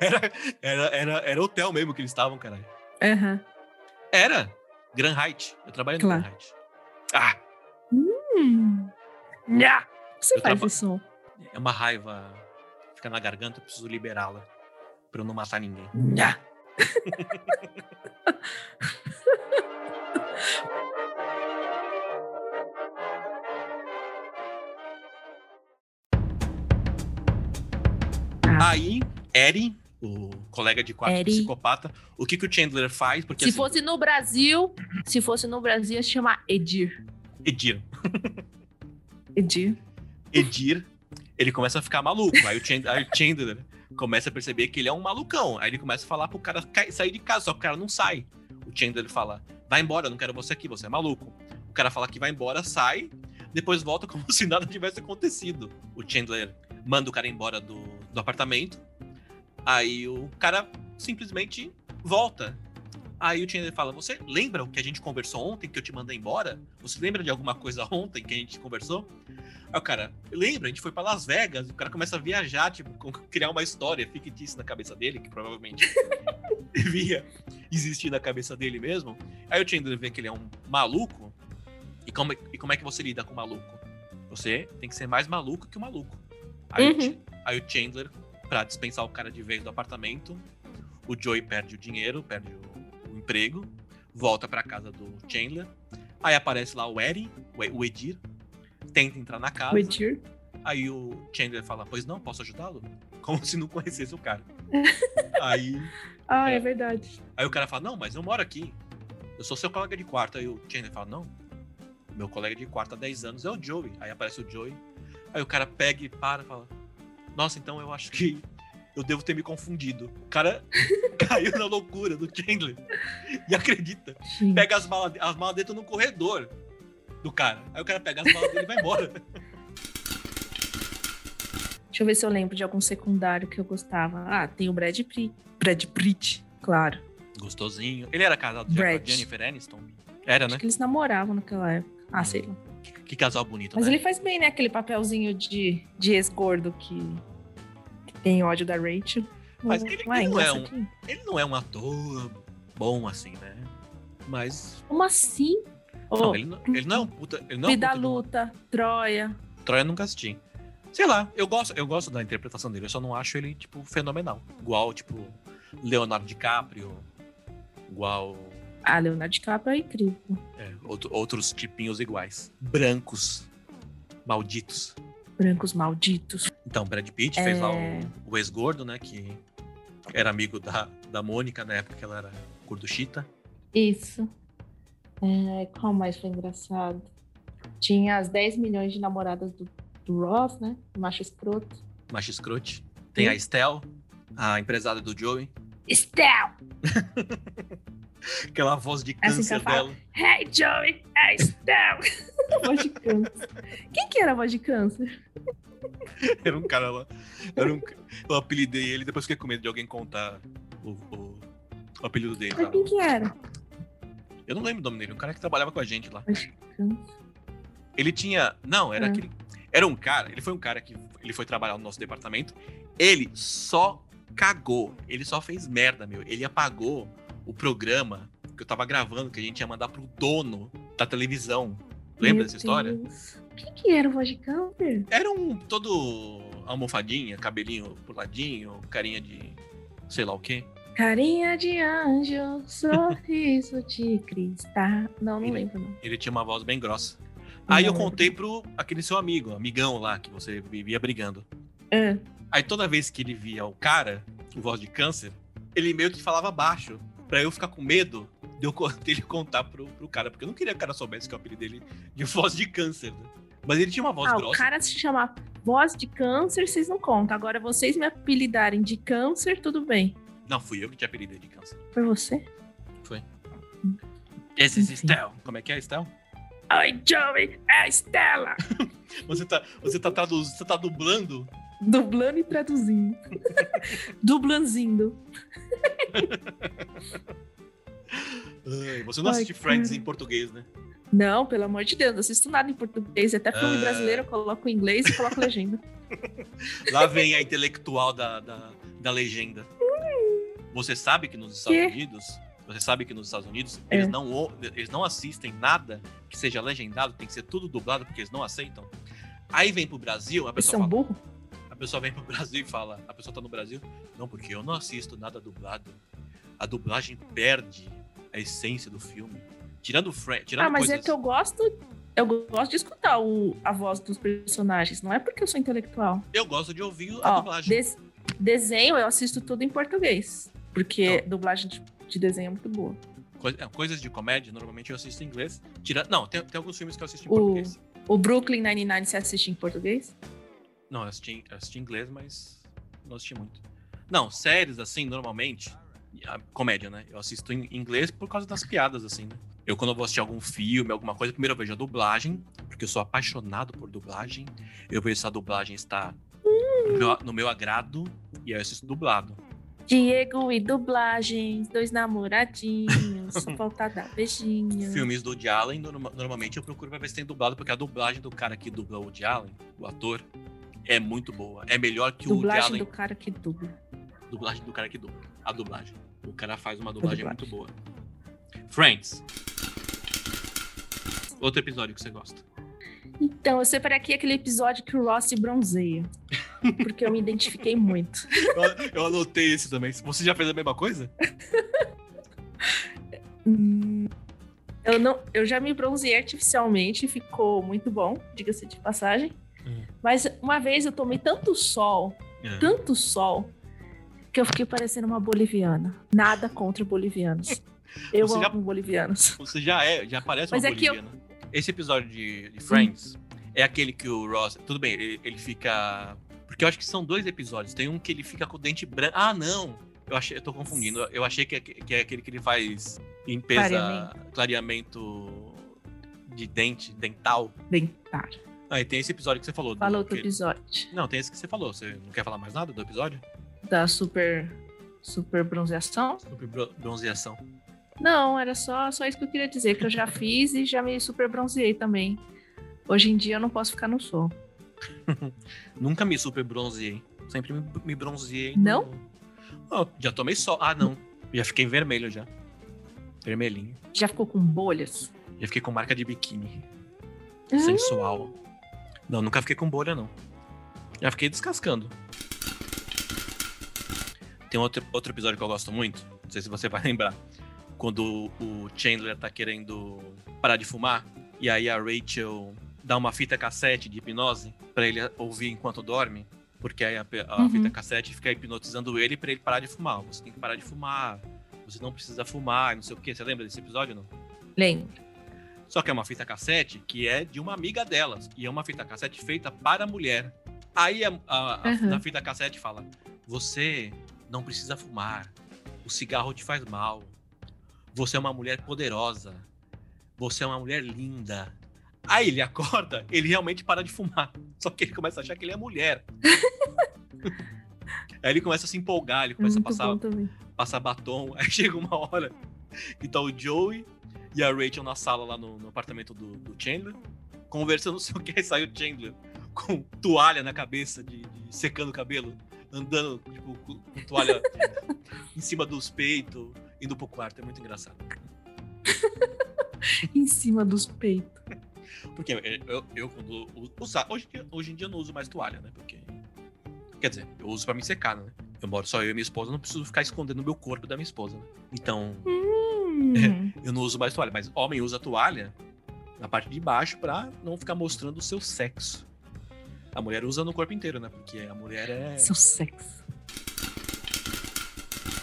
Era, era, era, era hotel mesmo que eles estavam, caralho. Aham. Era! Grand Height. Eu trabalhei no Claro. Grand Height. Ah! Hum. Nha! Por que Você Eu faz traba- esse som. É uma raiva fica na garganta, eu preciso liberá-la pra eu não matar ninguém. Nha! Ah. Aí, Eri, o colega de quarto Eri. psicopata, o que, que o Chandler faz? Porque se assim, fosse no Brasil, se fosse no Brasil, ia se chamar Edir. Edir, Edir. Edir, ele começa a ficar maluco. Aí o Chandler, aí o Chandler começa a perceber que ele é um malucão. Aí ele começa a falar pro cara cai- sair de casa, só que o cara não sai. O Chandler fala: vai embora, eu não quero você aqui, você é maluco. O cara fala que vai embora, sai, depois volta como se nada tivesse acontecido. O Chandler manda o cara embora do, do apartamento. Aí o cara simplesmente volta. Aí o Chandler fala: Você lembra o que a gente conversou ontem que eu te mandei embora? Você lembra de alguma coisa ontem que a gente conversou? Aí o cara, lembra, a gente foi pra Las Vegas, o cara começa a viajar, tipo, com- criar uma história fictícia na cabeça dele, que provavelmente devia existir na cabeça dele mesmo. Aí o Chandler vê que ele é um maluco. E como, e como é que você lida com o maluco? Você tem que ser mais maluco que o maluco. Aí, o Uhum. Ch- aí o Chandler, pra dispensar o cara de vez do apartamento, o Joey perde o dinheiro, perde o, o emprego, volta pra casa do Chandler. Aí aparece lá o Eri, o E- o Edir, tenta entrar na casa. Witcher. Aí o Chandler fala, pois não, posso ajudá-lo? Como se não conhecesse o cara. aí, Ah, é, É. verdade. aí o cara fala, não, mas eu moro aqui. Eu sou seu colega de quarto. Aí o Chandler fala, não, meu colega de quarto há 10 anos é o Joey. Aí aparece o Joey. Aí o cara pega e para e fala, nossa, então eu acho que eu devo ter me confundido. O cara caiu na loucura do Chandler. E acredita. Gente. Pega as malas, as malas dentro no corredor do cara. Aí o cara pega as malas dele e vai embora. Deixa eu ver se eu lembro de algum secundário que eu gostava. Ah, tem o Brad Pitt. Brad Pitt, claro. É, Gostosinho. Ele era casado já com Brad. a Jennifer Aniston? Era, Acho né? que eles namoravam naquela época. Ah, Hum. sei lá. Que casal bonito, Mas né? ele faz bem, né? Aquele papelzinho de, de ex-gordo que, que tem ódio da Rachel. Mas ele Ué, não é engraça um- aqui. Ele não é um ator bom assim, né? Mas. Como assim? não, Oh, ele, não, ele não é um puta. Ele não é um vida à puta de um- luta, Troia. Troia eu nunca assisti. Sei lá, eu gosto, eu gosto da interpretação dele, eu só não acho ele, tipo, fenomenal. Igual, tipo, Leonardo DiCaprio, igual Ah, Leonardo DiCaprio é incrível. é, outro- outros tipinhos iguais. Brancos, malditos. Brancos malditos. Então, Brad Pitt fez lá É. o, o ex-gordo, né? Que era amigo da, da Mônica na época que ela era gorduchita. Isso. É, qual mais foi engraçado? Tinha as 10 milhões de namoradas do, do Ross, né? Macho escroto. Macho escrote. Tem Hum? a Estel, a empresária do Joey. Estel! Aquela voz de Assim que câncer ela fala. dela. Hey, Joey! É Estel! voz de câncer. Quem que era a voz de câncer? Era um cara lá. Era um, eu apelidei ele, depois fiquei com medo de alguém contar o, o- o apelido dele. tá? Mas lá. quem que era? Eu não lembro o nome dele, um cara que trabalhava com a gente lá. Câncer. Ele tinha. Não, era Ah. aquele. Era um cara, ele foi um cara que ele foi trabalhar no nosso departamento. Ele só cagou. Ele só fez merda, meu. Ele apagou o programa que eu tava gravando, que a gente ia mandar pro dono da televisão. Lembra Meu dessa história? Deus. Quem que era a voz de câncer? Era um todo almofadinha, cabelinho puladinho, carinha de sei lá o quê. Carinha de anjo, sorriso de cristal. Não, não Ele- lembro, não. Ele tinha uma voz bem grossa. Aí eu Não. contei pro aquele seu amigo, amigão lá, que você vivia brigando. Ah, Aí toda vez que ele via o cara, o voz de câncer, ele meio que falava baixo, pra eu ficar com medo de eu con- dele contar pro, pro cara, porque eu não queria que o cara soubesse que o apelido dele de voz de câncer. né? Mas ele tinha uma voz ah, o grossa. cara se chama voz de câncer, vocês não contam. Agora vocês me apelidarem de câncer, tudo bem. Não, fui eu que tinha apelido ele de câncer. Foi você? Esse é Enfim. Estel. Como é que é, Estel? Oi, Joey, é a Estela! Você tá, você tá, tradu- você tá dublando Dublando e traduzindo. Dublanzindo. Ai, Você não Ai, assiste Friends em português, né? Não, pelo amor de Deus, não assisto nada em português. Até filme Ah. brasileiro eu coloco em inglês e coloco legenda. Lá vem a intelectual da, da, da legenda. Você sabe que nos Estados Quê? Unidos, você sabe que nos Estados Unidos, É. eles, não, ou- eles não assistem nada que seja legendado, tem que ser tudo dublado porque eles não aceitam. Aí vem pro Brasil, a Vocês pessoa, são fala, é um burro? a pessoa vem pro Brasil e fala, a pessoa tá no Brasil, não, porque eu não assisto nada dublado. A dublagem perde a essência do filme. Tirando, Fran- tirando Ah, mas é coisas... que eu gosto. Eu gosto de escutar o- a voz dos personagens, não é porque eu sou intelectual. eu gosto de ouvir a Ó, dublagem. des- desenho eu assisto tudo em português. Porque dublagem de, de desenho é muito boa. Coi- é, Coisas de comédia, normalmente eu assisto em inglês. Tira... Não, tem, tem alguns filmes que eu assisto em O- português. O Brooklyn Nine-Nine você assiste em português? Não, eu assisti, em- eu assisti em inglês, mas não assisti muito. Não, séries, assim, normalmente. a comédia, né? Eu assisto em inglês por causa das piadas, assim, né? Eu, quando eu vou assistir algum filme, alguma coisa, primeiro eu vejo a dublagem, porque eu sou apaixonado por dublagem. Eu vejo se a dublagem está no meu, no meu agrado, e aí eu assisto dublado. Diego e dublagens, dois namoradinhos, só falta dar beijinho. Filmes do Woody Allen, norma- normalmente eu procuro pra ver se tem dublado, porque a dublagem do cara que dubla o Woody Allen, o ator, é muito boa. É melhor que o Dublagem Woody do Allen. cara que dubla. Dublagem do cara que dubla. A dublagem. O cara faz uma dublagem dublagem. muito boa. Friends. Outro episódio que você gosta. Então, eu separei aqui aquele episódio que o Ross se bronzeia. Porque eu me identifiquei muito. Eu- Eu anotei esse também. Você já fez a mesma coisa? Hum, Eu, não, eu já me bronzeei artificialmente, ficou muito bom, diga-se de passagem. Hum. Mas uma vez eu tomei tanto sol, É. tanto sol, que eu fiquei parecendo uma boliviana. Nada contra bolivianos. Eu Você amo já- bolivianos. Você já é, já parece uma Mas é que eu- boliviana. Esse episódio de, de Friends é aquele que o Ross. Tudo bem, ele, ele fica. Porque eu acho que são dois episódios. Tem um que ele fica com o dente branco. Ah, não! Eu, achei, eu tô confundindo. Eu achei que é, que é aquele que ele faz limpeza, clareamento, Clareamento. de dente, dental. Dentar. Ah, e tem esse episódio que você falou. do- tá. Fala outro que- episódio Não, tem esse que você falou. Você não quer falar mais nada do episódio? da super, super bronzeação. Sobre bro- bronzeação. Não, era só, só isso que eu queria dizer, que eu já fiz e já me super bronzeei também. Hoje em dia eu não posso ficar no sol. Nunca me super bronzeei. Sempre me, me bronzeei. Não? no- Ah, já tomei sol. Ah, não. Já fiquei vermelho já. Vermelhinho. Já ficou com bolhas? Já fiquei com marca de biquíni. Sensual. Não, nunca fiquei com bolha, não. Já fiquei descascando. Tem um outro, outro episódio que eu gosto muito. Não sei se você vai lembrar. Quando o Chandler tá querendo parar de fumar. E aí a Rachel dá uma fita cassete de hipnose pra ele ouvir enquanto dorme. Porque aí a, pe- a Uhum. fita cassete fica hipnotizando ele pra ele parar de fumar. Você tem que parar de fumar. Você não precisa fumar, não sei o quê. Você lembra desse episódio, não? Lembro. Só que é uma fita cassete que é de uma amiga delas. E é uma fita cassete feita para a mulher. Aí a, a- a- Uhum. na fita cassete fala: Você não precisa fumar. O cigarro te faz mal. Você é uma mulher poderosa. Você é uma mulher linda. Aí ele acorda, ele realmente para de fumar. Só que ele começa a achar que ele é mulher. Aí ele começa a se empolgar, ele começa Muito a passar Hum, bom também. passar batom. Aí chega uma hora que tá o Joey e a Rachel na sala lá no, no apartamento do, do Chandler, conversando, não sei o que, aí sai o Chandler com toalha na cabeça, de, de- secando o cabelo, andando, tipo, com, com toalha em cima dos peitos, indo pro quarto. É muito engraçado. Em cima dos peitos. Porque eu, eu, eu quando uso, usar- hoje, em dia- hoje em dia eu não uso mais toalha, né? Porque. Quer dizer, eu uso pra me secar, né? Eu moro só eu e minha esposa, eu não preciso ficar escondendo o meu corpo da minha esposa, né? Então, Hum, Eu não uso mais toalha, mas homem usa toalha na parte de baixo pra não ficar mostrando o seu sexo. A mulher usa no corpo inteiro, né? Porque a mulher é. seu sexo.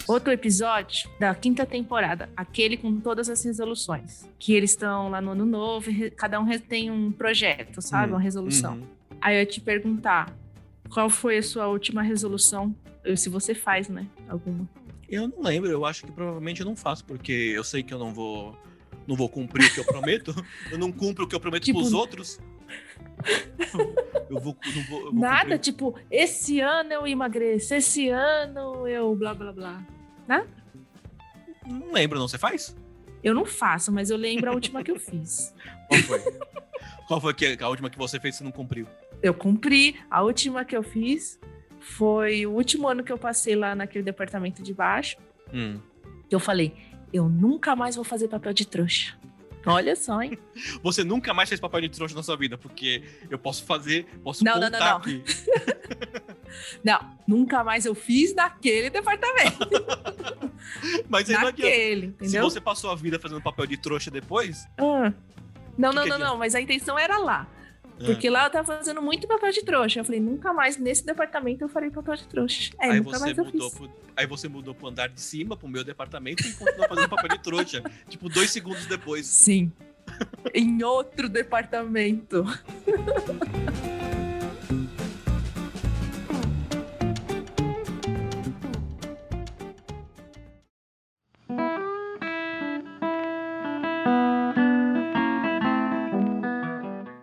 Outro episódio da quinta temporada, aquele com todas as resoluções. Que eles estão lá no ano novo, e re- cada um re- tem um projeto, sabe? Hum, Uma resolução. Uhum. Aí eu ia te perguntar qual foi a sua última resolução? Ou Se você faz, né? Alguma. Eu não lembro, eu acho que provavelmente eu não faço, porque eu sei que eu não vou. Não vou cumprir o que eu prometo. eu não cumpro o que eu prometo Tipo- pros outros. Eu vou. Não vou, eu vou Nada, cumprir. tipo, esse ano eu emagreço, esse ano eu blá blá blá. Não lembro, não. Você faz? Eu não faço, mas eu lembro a última que eu fiz. Qual foi? Qual foi que, a última que você fez e você não cumpriu? Eu cumpri. A última que eu fiz foi o último ano que eu passei lá naquele departamento de baixo. Hum. Que eu falei, eu nunca mais vou fazer papel de trouxa. Olha só, hein? Você nunca mais fez papel de trouxa na sua vida, porque eu posso fazer, posso Não, não, contar não, não. aqui. Não, nunca mais eu fiz naquele departamento. Mas aí não adianta. Naquele, Se entendeu? você passou a vida fazendo papel de trouxa depois, Ah. Não, Que não, que não, adianta? É. não, mas a intenção era lá. Porque lá eu tava fazendo muito papel de trouxa. Eu falei, nunca mais nesse departamento eu farei papel de trouxa. É, aí, nunca você mais eu mudou fiz. pro, aí você mudou pro andar de cima, pro meu departamento, e continuou fazendo papel de trouxa. Tipo, dois segundos depois. Sim. em outro departamento.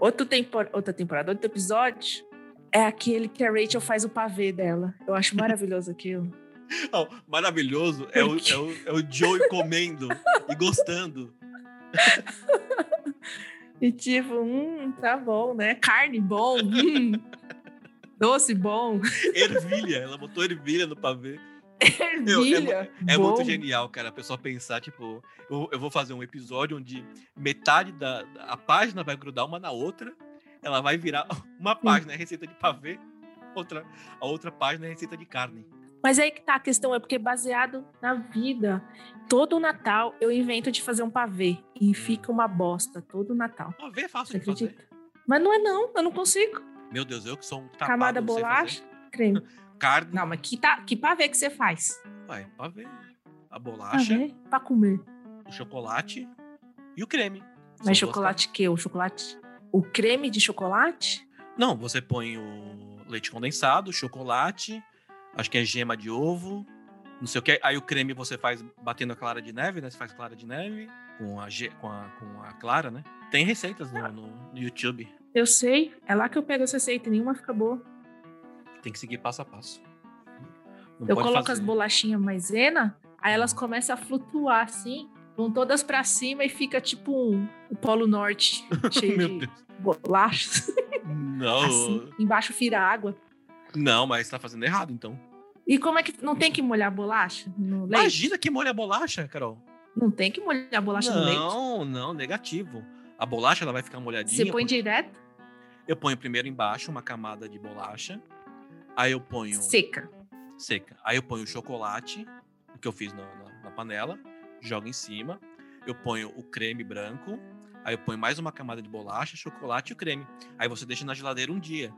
Outro tempor... Outra temporada, outro episódio é aquele que a Rachel faz o pavê dela. Eu acho maravilhoso aquilo. Não, maravilhoso é o, Por quê? é, o, é o Joey comendo e gostando. E tipo, hum, tá bom, né? Carne bom, hum. doce bom, Ervilha, ela botou ervilha no pavê. Meu, é mu- ervilha É bom. muito genial, cara, a pessoa pensar, tipo, eu, eu vou fazer um episódio onde metade da da- a página vai grudar uma na outra, ela vai virar uma página, é receita de pavê, outra, a outra página é receita de carne. Mas aí que tá a questão, é porque baseado na vida, todo Natal eu invento de fazer um pavê e fica uma bosta todo Natal. Uma vez é fácil Você de fazer. acredita? Mas não é não, eu não consigo. Meu Deus, eu que sou um tapado, Camada não sei bolacha, creme. fazer. Carne, Não, mas que, tá, que pavê que você faz? vai, pavê, a bolacha, Pavê pra comer. o chocolate e o creme. São Mas duas chocolate que? O chocolate? O creme de chocolate? ca- Não, você põe o leite condensado, chocolate, acho que é gema de ovo, não sei o que. Aí o creme você faz batendo a clara de neve, né? Você faz clara de neve com a, ge- com a, com a clara, né? Tem receitas no, no- no YouTube. Eu sei, é lá que eu pego essa receita, e nenhuma fica boa. Tem que seguir passo a passo. Não eu pode coloco as fazer- bolachinhas maisena, aí elas começam a flutuar assim, vão todas pra cima e fica tipo um, o Polo Norte cheio Meu de Deus. bolachas. Não, Assim, embaixo vira água. não, mas tá fazendo errado então. E como é que. Não tem que molhar a bolacha no leite? Imagina que molha a bolacha, Carol. Não tem que molhar a bolacha no leite. Não, não, negativo. A bolacha ela vai ficar molhadinha. Você põe direto, Eu ponho primeiro embaixo uma camada de bolacha. Aí eu ponho seca. seca. Aí eu ponho o chocolate, o que eu fiz na, na- na panela, jogo em cima. Eu ponho o creme branco. Aí eu ponho mais uma camada de bolacha, chocolate e o creme. Aí você deixa na geladeira um dia.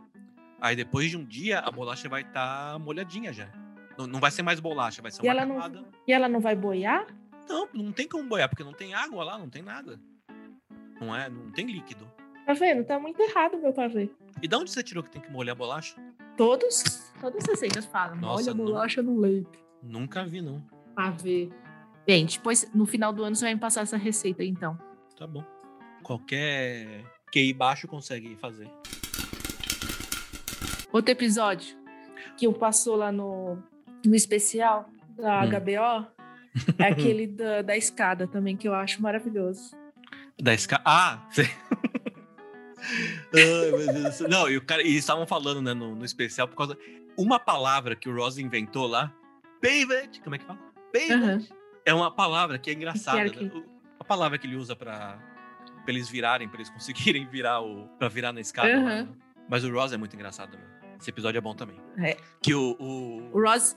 Aí depois de um dia, a bolacha vai estar molhadinha já. Não, não vai ser mais bolacha, vai ser E uma ela não- camada. E ela não vai boiar? Não, não tem como boiar, porque não tem água lá, não tem nada. Não é? Não tem líquido. Tá vendo? Tá muito errado meu pavê. E de onde você tirou que tem que molhar a bolacha? Todos, todas as receitas falam, Nossa, molha a não. bolacha no leite. Nunca vi, não. Pavê. Bem, depois, no final do ano, você vai me passar essa receita, então. Tá bom. Qualquer QI baixo consegue fazer. Outro episódio que eu passou lá no, no especial da Hum. HBO é aquele da, da escada também, que eu acho maravilhoso. Da escada. Ah! Você... Ai, meu Deus do céu. Não, e o cara, e eles estavam falando né, no, no especial por causa. Uma palavra que o Ross inventou lá. Pivot! Como é que fala? Pivot! Aham. É uma palavra que é engraçada. Que era né? O- A palavra que ele usa pra, pra eles virarem, pra eles conseguirem virar o. pra virar na escada. Aham. lá, né? Mas o Ross é muito engraçado, mano. Esse episódio é bom também. É. Que o. o- O Ross,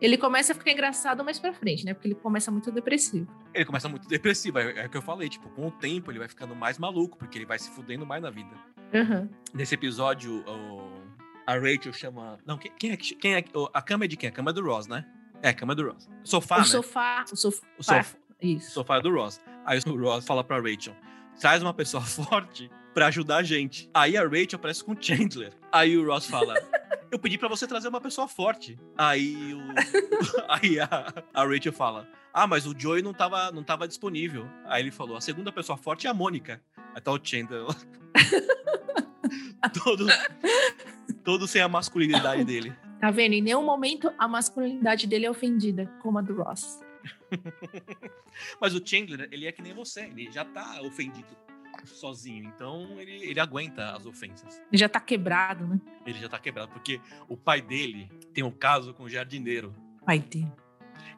ele começa a ficar engraçado mais pra frente, né? Porque ele começa muito depressivo. Ele começa muito depressivo, é, é o que eu falei, tipo, com o tempo ele vai ficando mais maluco, porque ele vai se fudendo mais na vida. Aham. Nesse episódio, o- a Rachel chama. Não, quem, quem é que. Quem é, que- o- a cama é de quem? A cama é do Ross, né? É, a cama é do Ross. Sofá, o né? sofá, o sofá, O sofá. isso. sofá é do Ross. Aí o Ross fala pra Rachel: traz uma pessoa forte pra ajudar a gente. Aí a Rachel aparece com o Chandler. Aí o Ross fala: Eu pedi pra você trazer uma pessoa forte. Aí o. Aí a, a Rachel fala: Ah, mas o Joey não tava, não tava disponível. Aí ele falou: A segunda pessoa forte é a Mônica. Aí tá o Chandler lá. todo, todo sem a masculinidade dele. Tá vendo? Em nenhum momento a masculinidade dele é ofendida, como a do Ross. Mas o Chandler, ele é que nem você, ele já tá ofendido sozinho, então ele, ele aguenta as ofensas. Ele já tá quebrado, né? Ele já tá quebrado, porque o pai dele tem um caso com o jardineiro, Vai ter.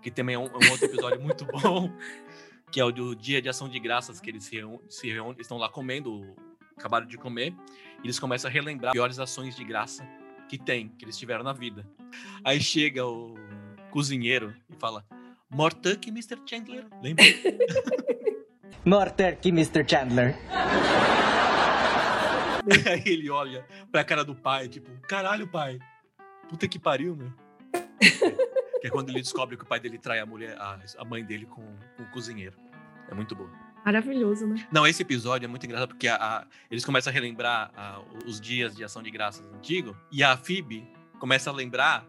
que também é um, é um outro episódio muito bom, que é o do dia de ação de graças, que eles se reúnem, se reúnem- estão lá comendo, acabaram de comer, e eles começam a relembrar as piores ações de graça que tem, que eles tiveram na vida. Aí chega o cozinheiro e fala, Mortuck, Mr. Chandler, lembra? More turkey, Mr. Chandler. Aí ele olha pra cara do pai, tipo, caralho, pai. Puta que pariu, meu. que é quando ele descobre que o pai dele trai a mulher, a, a mãe dele com, com o cozinheiro. É muito bom. Maravilhoso, né? Não, esse episódio é muito engraçado porque a- a- eles começam a relembrar a, os dias de ação de graças antigo e a Phoebe começa a lembrar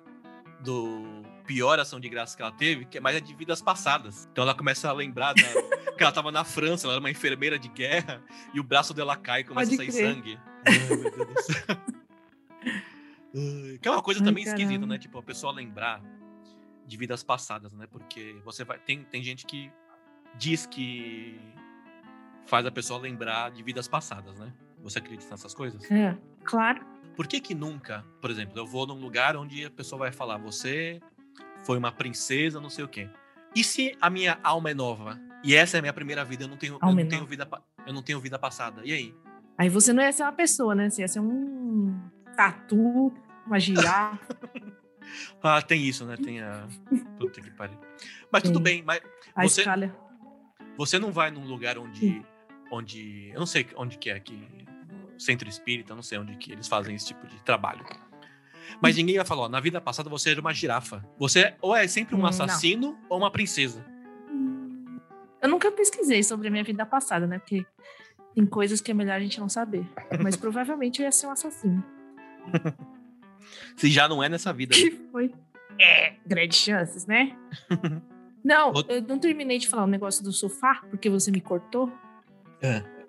do pior ação de graças que ela teve, que é mais a de vidas passadas. Então ela começa a lembrar da- que ela tava na França, ela era uma enfermeira de guerra e o braço dela cai e começa Pode a sair crer. sangue. Ai, meu Deus do céu. Ai, Que é uma coisa Ai, também caralho. esquisita, né? Tipo, a pessoa lembrar de vidas passadas, né? Porque você vai. Tem, tem gente que diz que faz a pessoa lembrar de vidas passadas, né? Você acredita nessas coisas? É, claro. Por que que nunca, por exemplo, eu vou num lugar onde a pessoa vai falar, você foi uma princesa, não sei o quê. E se a minha alma é nova? E essa é a minha primeira vida, eu não tenho, eu Alma é não tenho nova. vida, pa- eu não tenho vida passada. E aí? Aí você não ia ser uma pessoa, né? Você ia ser um tatu, uma girafa. Ah, tem isso, né? Tem a. Puta que pariu. Mas tudo Tem. bem, mas A Você- escala. você não vai num lugar onde. onde. Eu não sei onde que é que. Centro espírita, eu não sei onde que eles fazem esse tipo de trabalho. Mas ninguém vai falar, ó, na vida passada você era uma girafa. Você ou é sempre um Não. assassino ou uma princesa. Eu nunca pesquisei sobre a minha vida passada, né? Porque tem coisas que é melhor a gente não saber. Mas provavelmente eu ia ser um assassino. Se já não é nessa vida. né? Que foi. É, grandes chances, né? Não, Outro- eu não terminei de falar o negócio do sofá, porque você me cortou.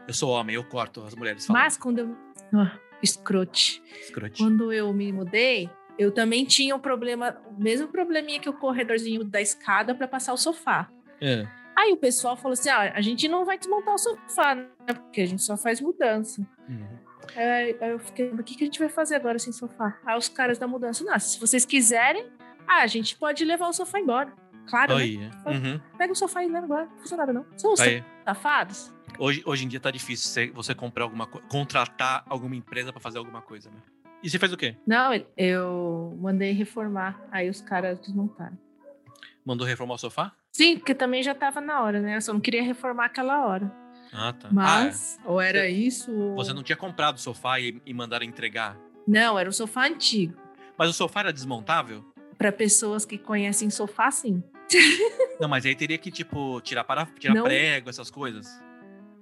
Eu sou homem, eu corto as mulheres falam. Mas quando eu. Ah, escrote. Escrote. Quando eu me mudei, eu também tinha um problema, o mesmo probleminha que o corredorzinho da escada para passar o sofá. É. Aí o pessoal falou assim: ah, a gente não vai desmontar o sofá, né? Porque a gente só faz mudança. Hum. Aí, aí eu fiquei, o que, que a gente vai fazer agora sem sofá? Aí os caras da mudança, nossa, se vocês quiserem, ah, a gente pode levar o sofá embora. Claro, né? Aí. Uhum. Pega o sofá e leva embora. Não funciona nada, não. São os Aí. safados. Hoje, hoje em dia tá difícil você- você comprar alguma coisa, contratar alguma empresa pra fazer alguma coisa, né? E você fez o quê? Não, eu mandei reformar. Aí os caras desmontaram. Mandou reformar o sofá? Sim, porque também já tava na hora, né? Eu só não queria reformar aquela hora. Ah, tá. Mas, ou era Você- isso, Ah, ou... você não tinha comprado o sofá e, e mandaram entregar. Não, era um sofá antigo. Mas o sofá era desmontável? Pra pessoas que conhecem sofá, sim. Não, mas aí teria que, tipo, tirar, para, tirar Não. prego, essas coisas.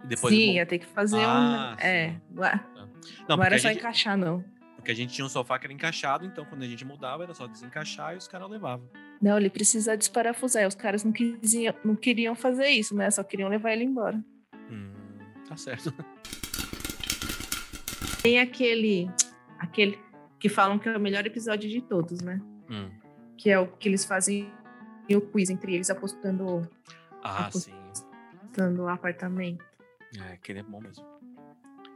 E depois. sim, desmon- ia ter que fazer Ah, um... É, sim. não, é- Não, não porque era a, só gente, encaixar, não. porque a gente tinha um sofá que era encaixado, então quando a gente mudava era só desencaixar e os caras levavam. Não, ele precisa desparafusar. Os caras não, quisiam, não queriam fazer isso, né? Só queriam levar ele embora. Hum, tá certo. Tem aquele... Aquele que falam que é o melhor episódio de todos, né? Hum. Que é o que eles fazem o quiz entre eles, apostando, Ah, Ah, pô. sim. apostando o apartamento. É, aquele é bom mesmo.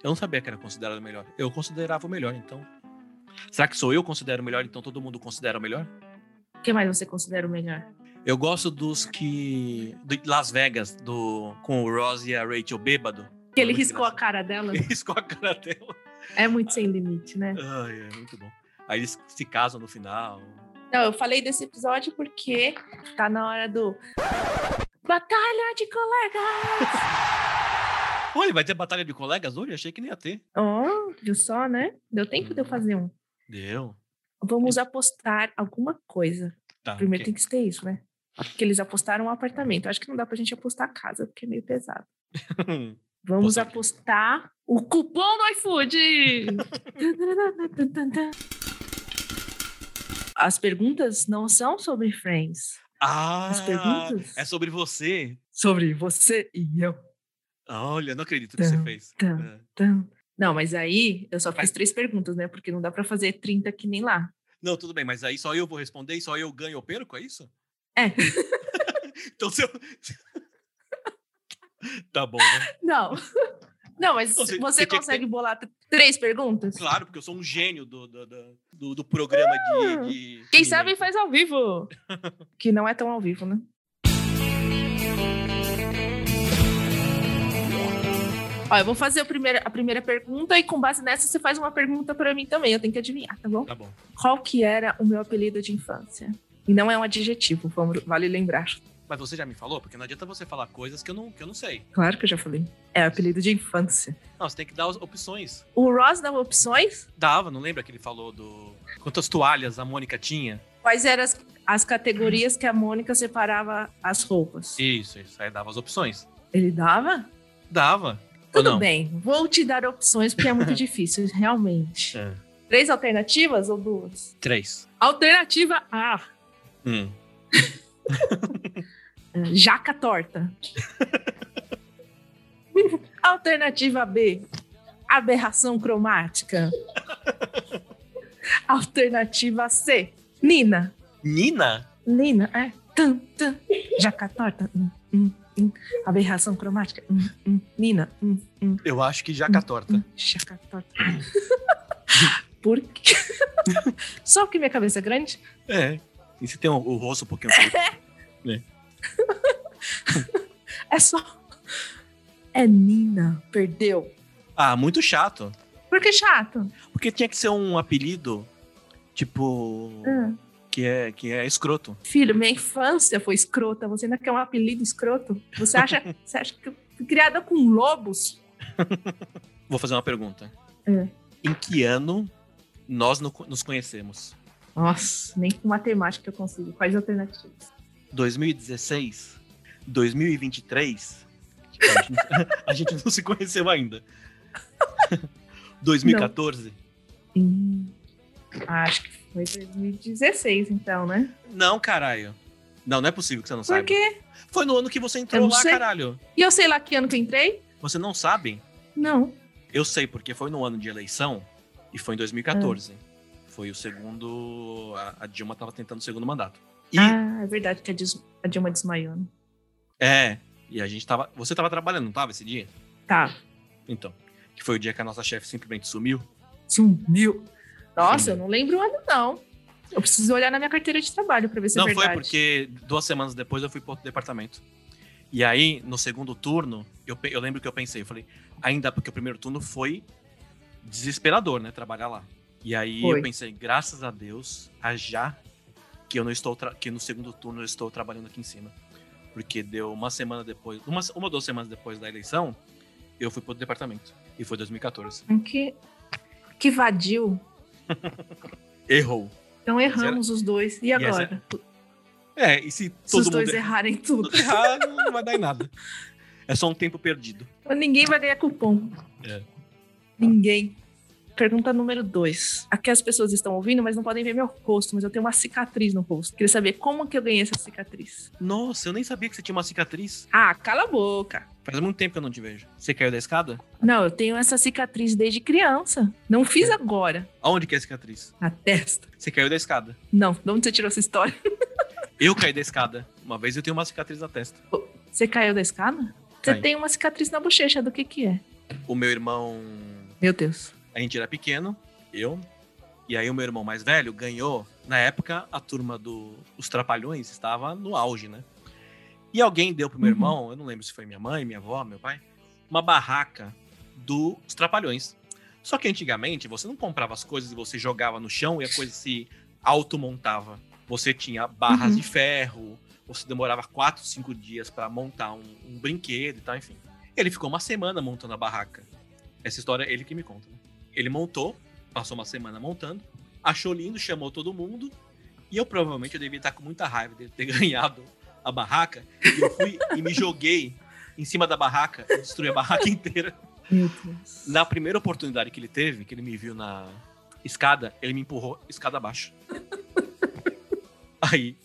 Eu não sabia que era considerado o melhor. Eu considerava o melhor, então. Será que sou eu que considero o melhor, então todo mundo considera o melhor? O que mais você considera o melhor? Eu gosto dos que. De Las Vegas, do com o Ross e a Rachel bêbado. Que ele Muito riscou a engraçado. cara dela. Ele riscou a cara dela. É muito sem limite, né? Ai, é muito bom. Aí eles se casam no final. Não, eu falei desse episódio porque tá na hora do. Batalha de colega! Olha, vai ter batalha de colegas hoje? Achei que nem ia ter. Oh, viu só, né? Deu tempo de eu fazer um. Deu. Vamos apostar alguma coisa. Tá, Primeiro ok. tem que ter isso, né? Porque eles apostaram um apartamento. Acho que não dá pra gente apostar a casa, porque é meio pesado. Vamos Apostar o quê? apostar o cupom do iFood! As perguntas não são sobre Friends. ah, As perguntas? é sobre você. Sobre você e eu. Olha, não acredito que você Tum, fez. tum. É. Então, Não, mas aí eu só Mas- fiz três perguntas, né? Porque não dá pra fazer 30 que nem lá. Não, tudo bem, mas aí só eu vou responder e só eu ganho ou perco, é isso? É. então se eu. tá bom, né? Não. Não, mas Não, você- você, você tinha que consegue bolar t- três perguntas? Claro, porque eu sou um gênio do, do, do- do- do programa de. de- Ah, Quem de sabe inventos. faz ao vivo. né? que não é tão ao vivo, né? Ó, eu vou fazer a primeira, a primeira pergunta e com base nessa você faz uma pergunta pra mim também. Eu tenho que adivinhar, tá bom? Tá bom. Qual que era o meu apelido de infância? E não é um adjetivo, vamos- vale lembrar. Mas você já me falou? Porque não adianta você falar coisas que eu não, que eu não sei. Claro que eu já falei. É apelido de infância. Não, você tem que dar as opções. O Ross dava opções? Dava, não lembra que ele falou do. Quantas toalhas a Mônica tinha? Quais eram as, as categorias que a Mônica separava as roupas? Isso, isso. Aí dava as opções. Ele dava? Dava. ou Tudo não? bem, vou te dar opções porque é muito difícil, realmente. É. Três alternativas ou duas? Três. Alternativa A, Hum. eh, jaca torta. Alternativa B, aberração cromática. Alternativa C, Nina. Nina? Nina, é. Tum, tum. Jaca torta. Hum, hum, hum. Aberração cromática. Hum, hum. Nina. Hum, hum. Eu acho que jaca torta. Jaca torta. Por quê? Só porque minha cabeça é grande? É. E se tem o, o rosto um pouquinho. curto? É só. É Nina. Perdeu. ah, muito chato. Por que chato? Porque tinha que ser um apelido Tipo. Ah. Que é, que é escroto. Filho, minha infância foi escrota. Você ainda quer um apelido escroto? Você acha, você acha que eu fui criada com lobos? Vou fazer uma pergunta. É. Em que ano nós no- nos conhecemos? Nossa, nem com matemática eu consigo. Quais alternativas? 2016? 2023? Tipo, a, gente não, a gente não se conheceu ainda. 2014? Hum, acho que foi 2016, então, né? Não. caralho. Não, não é possível que você não Por saiba. quê? Foi no ano que você Eu entrou não lá, sei. caralho. E eu sei lá que ano que eu entrei? Você não sabe? Não. Eu sei, porque foi no ano de eleição e foi em 2014. Hum. Foi o segundo. A, a Dilma tava tentando o segundo mandato. E Ah, é verdade que a, Dis- a Dilma desmaiou, né? é. E a gente tava. Você tava trabalhando, não tava esse dia? Tá. Então. Que foi o dia que a nossa chefe simplesmente sumiu. Sumiu. Nossa, Sumiu. eu não lembro o ano, não. Eu preciso olhar na minha carteira de trabalho pra ver se não é verdade. foi porque duas semanas depois eu fui pro outro departamento. E aí, no segundo turno, eu, pe- eu lembro que eu pensei, eu falei, ainda porque o primeiro turno foi desesperador, né? Trabalhar lá. E aí Foi. eu pensei, graças a Deus, a já que eu não estou tra- que no segundo turno eu estou trabalhando aqui em cima. Porque deu uma semana depois, uma, se- uma ou duas semanas depois da eleição, eu fui pro outro departamento. E foi 2014. Então, Que, que vadio. Errou. Então erramos os dois. E essa- agora? É, e se Se todo os dois mundo errarem tudo. errar, não vai dar em nada. É só um tempo perdido. Ninguém vai ganhar cupom. É. Ninguém. Pergunta número dois. Aqui as pessoas estão ouvindo, mas não podem ver meu rosto, mas eu tenho uma cicatriz no rosto. Queria saber como que eu ganhei essa cicatriz. Nossa, eu nem sabia que você tinha uma cicatriz. Ah, cala a boca. Faz muito tempo que eu não te vejo. Você caiu da escada? Não, eu tenho essa cicatriz desde criança. Não É. fiz agora. Aonde que é a cicatriz? Na testa. Você caiu da escada. Não, de onde você tirou essa história? Eu caí da escada. Uma vez eu tenho uma cicatriz na testa. Você caiu da escada? Você Caí. tem uma cicatriz na bochecha, do que que é? O meu irmão. Meu Deus. A gente era pequeno, eu. E aí o meu irmão mais velho ganhou. Na época, a turma dos Os Trapalhões estava no auge, né? E alguém deu pro meu Uhum. irmão, eu não lembro se foi minha mãe, minha avó, meu pai, uma barraca dos Trapalhões. Só que antigamente você não comprava as coisas e você jogava no chão e a coisa se automontava. Você tinha barras Uhum. de ferro, você demorava 4, 5 dias pra montar um, um brinquedo e tal, enfim. Ele ficou uma semana montando a barraca. Essa história é ele que me conta. né? Ele montou, passou uma semana montando, achou lindo, chamou todo mundo. E eu provavelmente eu devia estar com muita raiva de ter ganhado a barraca. E eu fui e me joguei em cima da barraca, eu destruí a barraca inteira. Meu Deus. Na primeira oportunidade que ele teve, que ele me viu na escada, ele me empurrou escada abaixo. Aí,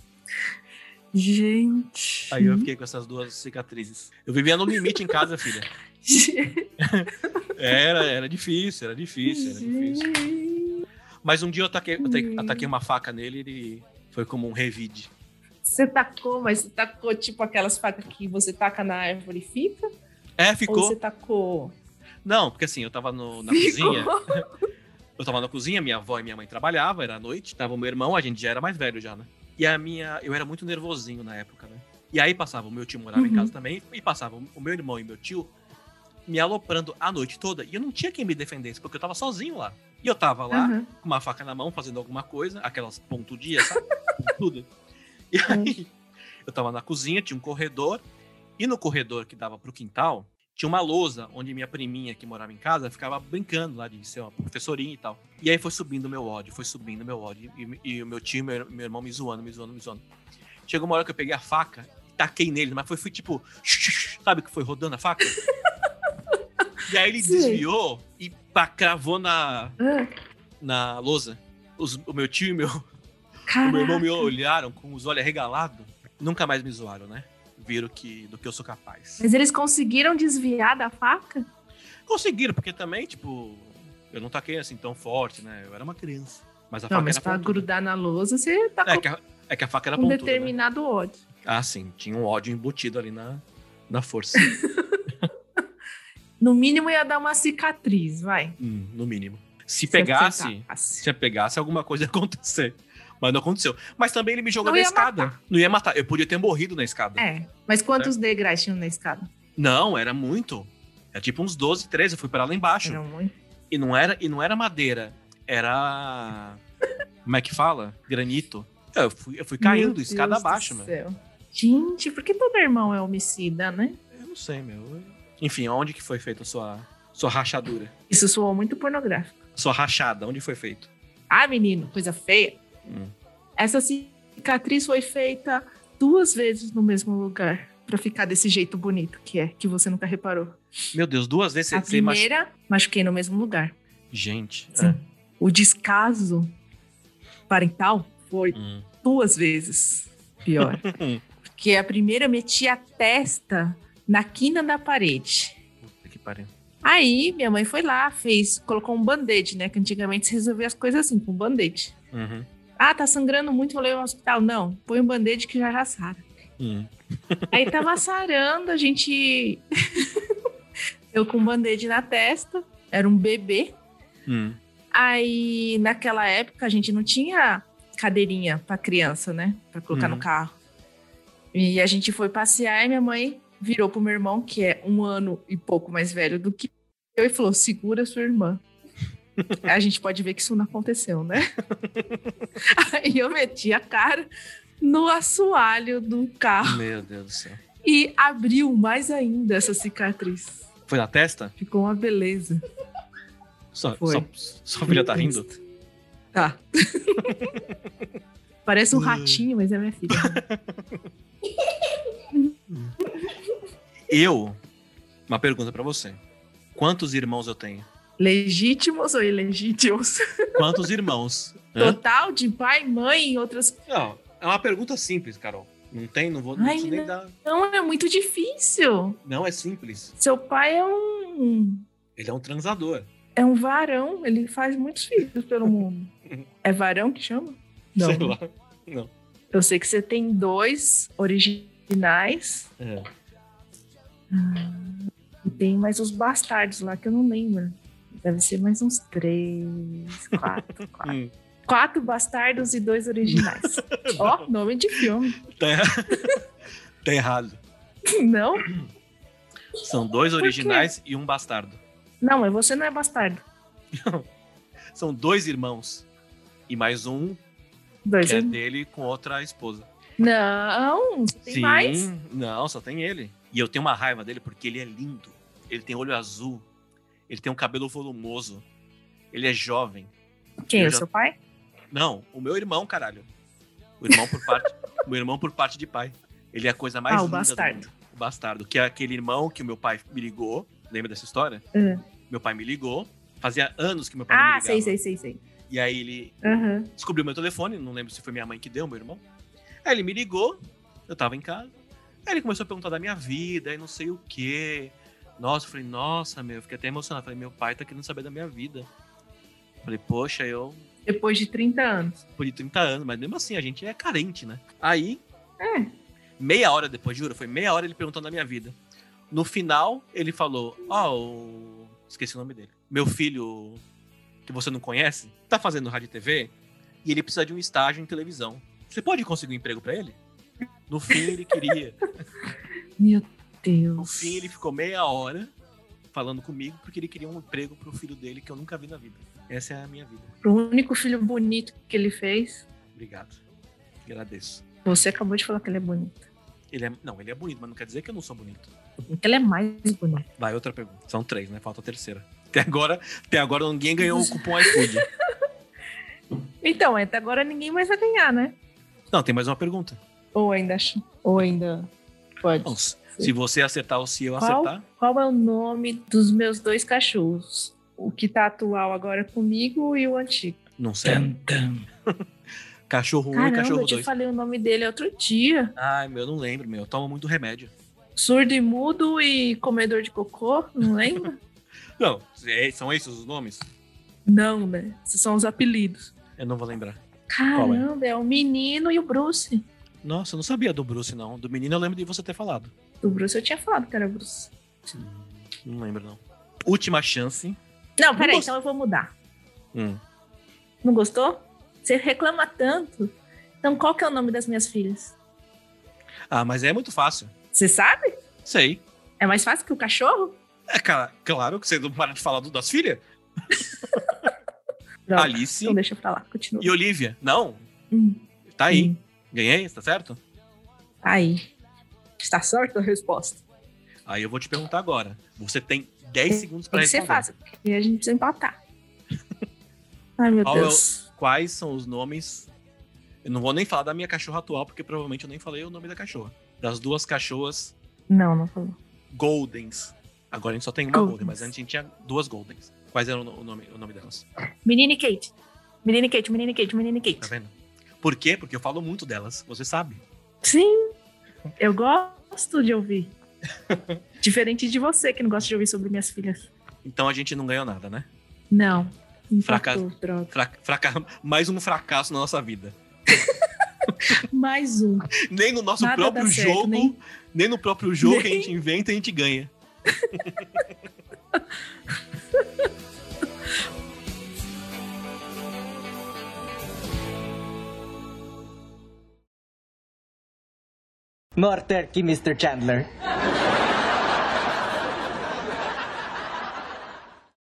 Gente. aí eu fiquei com essas duas cicatrizes. Eu vivia no limite em casa, filha. Era, era difícil, era difícil, era difícil. Mas um dia eu ataquei, eu te- ataquei uma faca nele e ele foi como um revide. Você tacou, mas você tacou tipo aquelas facas que você taca na árvore e fica? É, Ou você ficou. tacou? Não, porque assim, eu tava no- na cozinha. Eu tava na cozinha, minha avó e minha mãe trabalhavam, era à noite, tava o meu irmão, a gente já era mais velho já, né? E a minha. Eu era muito nervosinho na época, né? E aí passava, o meu tio morava em Uhum. casa também, e passava o meu irmão e meu tio me aloprando a noite toda. E eu não tinha quem me defendesse, porque eu tava sozinho lá. E eu tava lá, Aham. com uma faca na mão, fazendo alguma coisa, aquelas pontudias, sabe? Tudo. E aí, eu tava na cozinha, tinha um corredor, e no corredor que dava pro quintal, tinha uma lousa onde minha priminha que morava em casa ficava brincando lá de ser uma professorinha e tal. E aí foi subindo meu ódio, foi subindo meu ódio, e, e o meu tio e meu, meu irmão me zoando, me zoando, me zoando. Chegou uma hora que eu peguei a faca e taquei nele, mas foi, foi tipo, sabe que foi rodando a faca? e aí ele Sei. desviou e pá, cravou na, Ah, na lousa, os- o meu tio e meu, o Caraca. meu irmão me olharam com os olhos arregalados. Nunca mais me zoaram, né? Viram que, do que eu sou capaz. Mas eles conseguiram desviar da faca? Conseguiram, porque também, tipo, eu não taquei assim tão forte, né? Eu era uma criança. Mas a Não, faca mas era pra pontuda. grudar na lousa, você tacou É que, a, é que a faca era um pontuda, né? determinado ódio. Ah, sim. Tinha um ódio embutido ali na, na força. No mínimo ia dar uma cicatriz, vai. Hum, no mínimo. Se você pegasse, tacasse. se eu pegasse, alguma coisa ia acontecer. Mas não aconteceu. Mas também ele me jogou Não na ia escada. Não ia matar. Eu podia ter morrido na escada. É, mas quantos degraus tinham na escada? Não, era muito. Era tipo uns 12, 13, eu fui pra lá embaixo. Eram muito. E não era, e não era madeira, era Como é que fala? Granito. Eu fui, eu fui caindo, Meu escada Deus do abaixo, meu. céu. Gente, por que todo irmão é homicida, né? Eu não sei, meu. Enfim, onde que foi feita a sua, sua rachadura? Isso soou muito pornográfico. Sua rachada, onde foi feito? Ah, menino, coisa feia. Hum. Essa cicatriz foi feita duas vezes no mesmo lugar. Pra ficar desse jeito bonito que é, que você nunca reparou. Meu Deus, duas vezes A você, você machu- primeira, machuquei no mesmo lugar. Gente. Sim. O descaso parental foi é. Hum. duas vezes pior. Porque a primeira eu meti a testa na quina da parede. Puta que pariu. Aí minha mãe foi lá, fez, colocou um band-aid, né? Que antigamente se resolvia as coisas assim, com band-aid. Uhum. Ah, tá sangrando muito, vou levar ao hospital. Não, põe um band-aid que já já sara. Hum. Aí tava sarando, a gente. eu com um band-aid na testa, era um bebê. Hum. Aí, naquela época, a gente não tinha cadeirinha pra criança, né? Pra colocar Uhum. no carro. E a gente foi passear e minha mãe virou pro meu irmão, que é um ano e pouco mais velho do que eu, e falou: segura sua irmã. a gente pode ver que isso não aconteceu, né? Aí eu meti a cara no assoalho do carro Meu Deus do céu. e abriu mais ainda essa cicatriz. Foi na testa? Ficou uma beleza. Só, Foi. só, só filha tá rindo? Tá. Parece um Hum. ratinho, mas é minha filha. Eu, uma pergunta pra você. Quantos irmãos eu tenho? Legítimos ou ilegítimos? É? Quantos irmãos? Hã? Total de pai, mãe e outras. Não, é uma pergunta simples, Carol. Não tem, não vou não Ai, preciso nem não. dar. Não, é muito difícil. Não, é simples. Seu pai é um. Ele é um transador. É um varão, ele faz muitos filhos pelo mundo. É varão que chama? Não. Sei lá. Eu sei que você tem dois originais É. e tem mais os bastardos lá que eu não lembro. Deve ser mais uns três, quatro, quatro. Hum. Quatro bastardos e dois originais. Ó, nome de filme. Tá, erra- tá errado. Não? São dois quê? originais e um bastardo. Não, mas você não é bastardo. São dois irmãos. E mais um Dois. que é irmãos. dele com outra esposa. Não, você tem mais? Não, só tem ele. E eu tenho uma raiva dele porque ele é lindo. Ele tem olho azul. Ele tem um cabelo volumoso. Ele é jovem. Quem? Eu O já- seu pai? Não, o meu irmão, caralho. O irmão por parte, o irmão por parte de pai. Ele é a coisa mais Ah, o linda bastardo. do mundo. O bastardo, que é aquele irmão que o meu pai me ligou. Lembra dessa história? É. Meu pai me ligou. Fazia anos que meu pai não me Ah, ligava. sei, sei, sei, sei. E aí ele Aham. descobriu meu telefone, não lembro se foi minha mãe que deu, meu irmão. Aí ele me ligou, eu tava em casa. Aí ele começou a perguntar da minha vida e não sei o quê. Nossa, eu falei, nossa, meu, eu fiquei até emocionado. Falei, meu pai tá querendo saber da minha vida. Falei, poxa, eu Depois de 30 anos. por 30 anos, mas mesmo assim a gente é carente, né? Aí, É. meia hora depois, juro, foi meia hora ele perguntando da minha vida. No final, ele falou: Ó, o- esqueci o nome dele. Meu filho, que você não conhece, tá fazendo rádio e TV e ele precisa de um estágio em televisão. Você pode conseguir um emprego pra ele? No fim, ele queria. Meu No Deus. fim, ele ficou meia hora falando comigo porque ele queria um emprego pro filho dele que eu nunca vi na vida. Essa é a minha vida. O único filho bonito que ele fez. Obrigado. Agradeço. Você acabou de falar que ele é bonito. Ele é, não, ele é bonito, mas não quer dizer que eu não sou bonito. Que ele é mais bonito. Vai, outra pergunta. São três, né? Falta a terceira. Até agora, até agora ninguém ganhou o cupom iFood. Então, até agora ninguém mais vai ganhar, né? Não, tem mais uma pergunta. Ou ainda. Ou ainda. Pode. Não, se se você acertar ou se eu Qual? acertar, Qual é o nome dos meus dois cachorros? O que tá atual agora comigo e o antigo. não sei. É, Cachorro 1 um e Hum, Caramba, cachorro eu te 2. falei o nome dele outro dia. Ai, meu, eu não lembro, meu. Eu tomo muito remédio. Surdo e mudo e comedor de cocô, não lembra? Não, é- são esses os nomes? não, né? Esses são os apelidos. Eu não vou lembrar. é? Caramba, é? o menino e o Bruce. Nossa, eu não sabia do Bruce, não. Do menino eu lembro de você ter falado. Do Bruce eu tinha falado que era Bruce. Não lembro, não. Última chance. Não, peraí, gosto. então eu vou mudar. Hum. Não gostou? Você reclama tanto. Então qual que é o nome das minhas filhas? Ah, mas é muito fácil. Você sabe? Sei. É mais fácil que o cachorro? É, cara, claro que você não para de falar do- das filhas. Droga. Alice Então deixa pra lá, continua. e Olivia. Não, Hum, tá aí. hum. Ganhei, tá certo? Aí. Está certa a resposta. Aí eu vou te perguntar agora. Você tem 10 segundos pra Tem que ser responder. fácil, porque a gente precisa empatar. Ai, meu Qual é o- Deus. Quais são os nomes? Eu não vou nem falar da minha cachorra atual, porque provavelmente eu nem falei o nome da cachorra. Das duas cachorras Não, não falou. Goldens. Agora a gente só tem uma Goldens. Golden, mas antes a gente tinha duas Goldens. Quais eram o nome, o nome delas? Menina e Kate. Menina e Kate, menina e Kate, menina e Tá Kate. vendo? Por quê? Porque eu falo muito delas, você sabe. Sim, eu gosto de ouvir. Diferente de você, que não gosta de ouvir sobre minhas filhas. Então a gente não ganhou nada, né? Não. Empatou, Fracasso. droga. Fra- fraca- Mais um fracasso na nossa vida. Mais um. Nem no nosso Nada próprio dá certo, jogo, nem- nem no próprio jogo que a gente inventa, a gente ganha. Norterk, Mr. Chandler.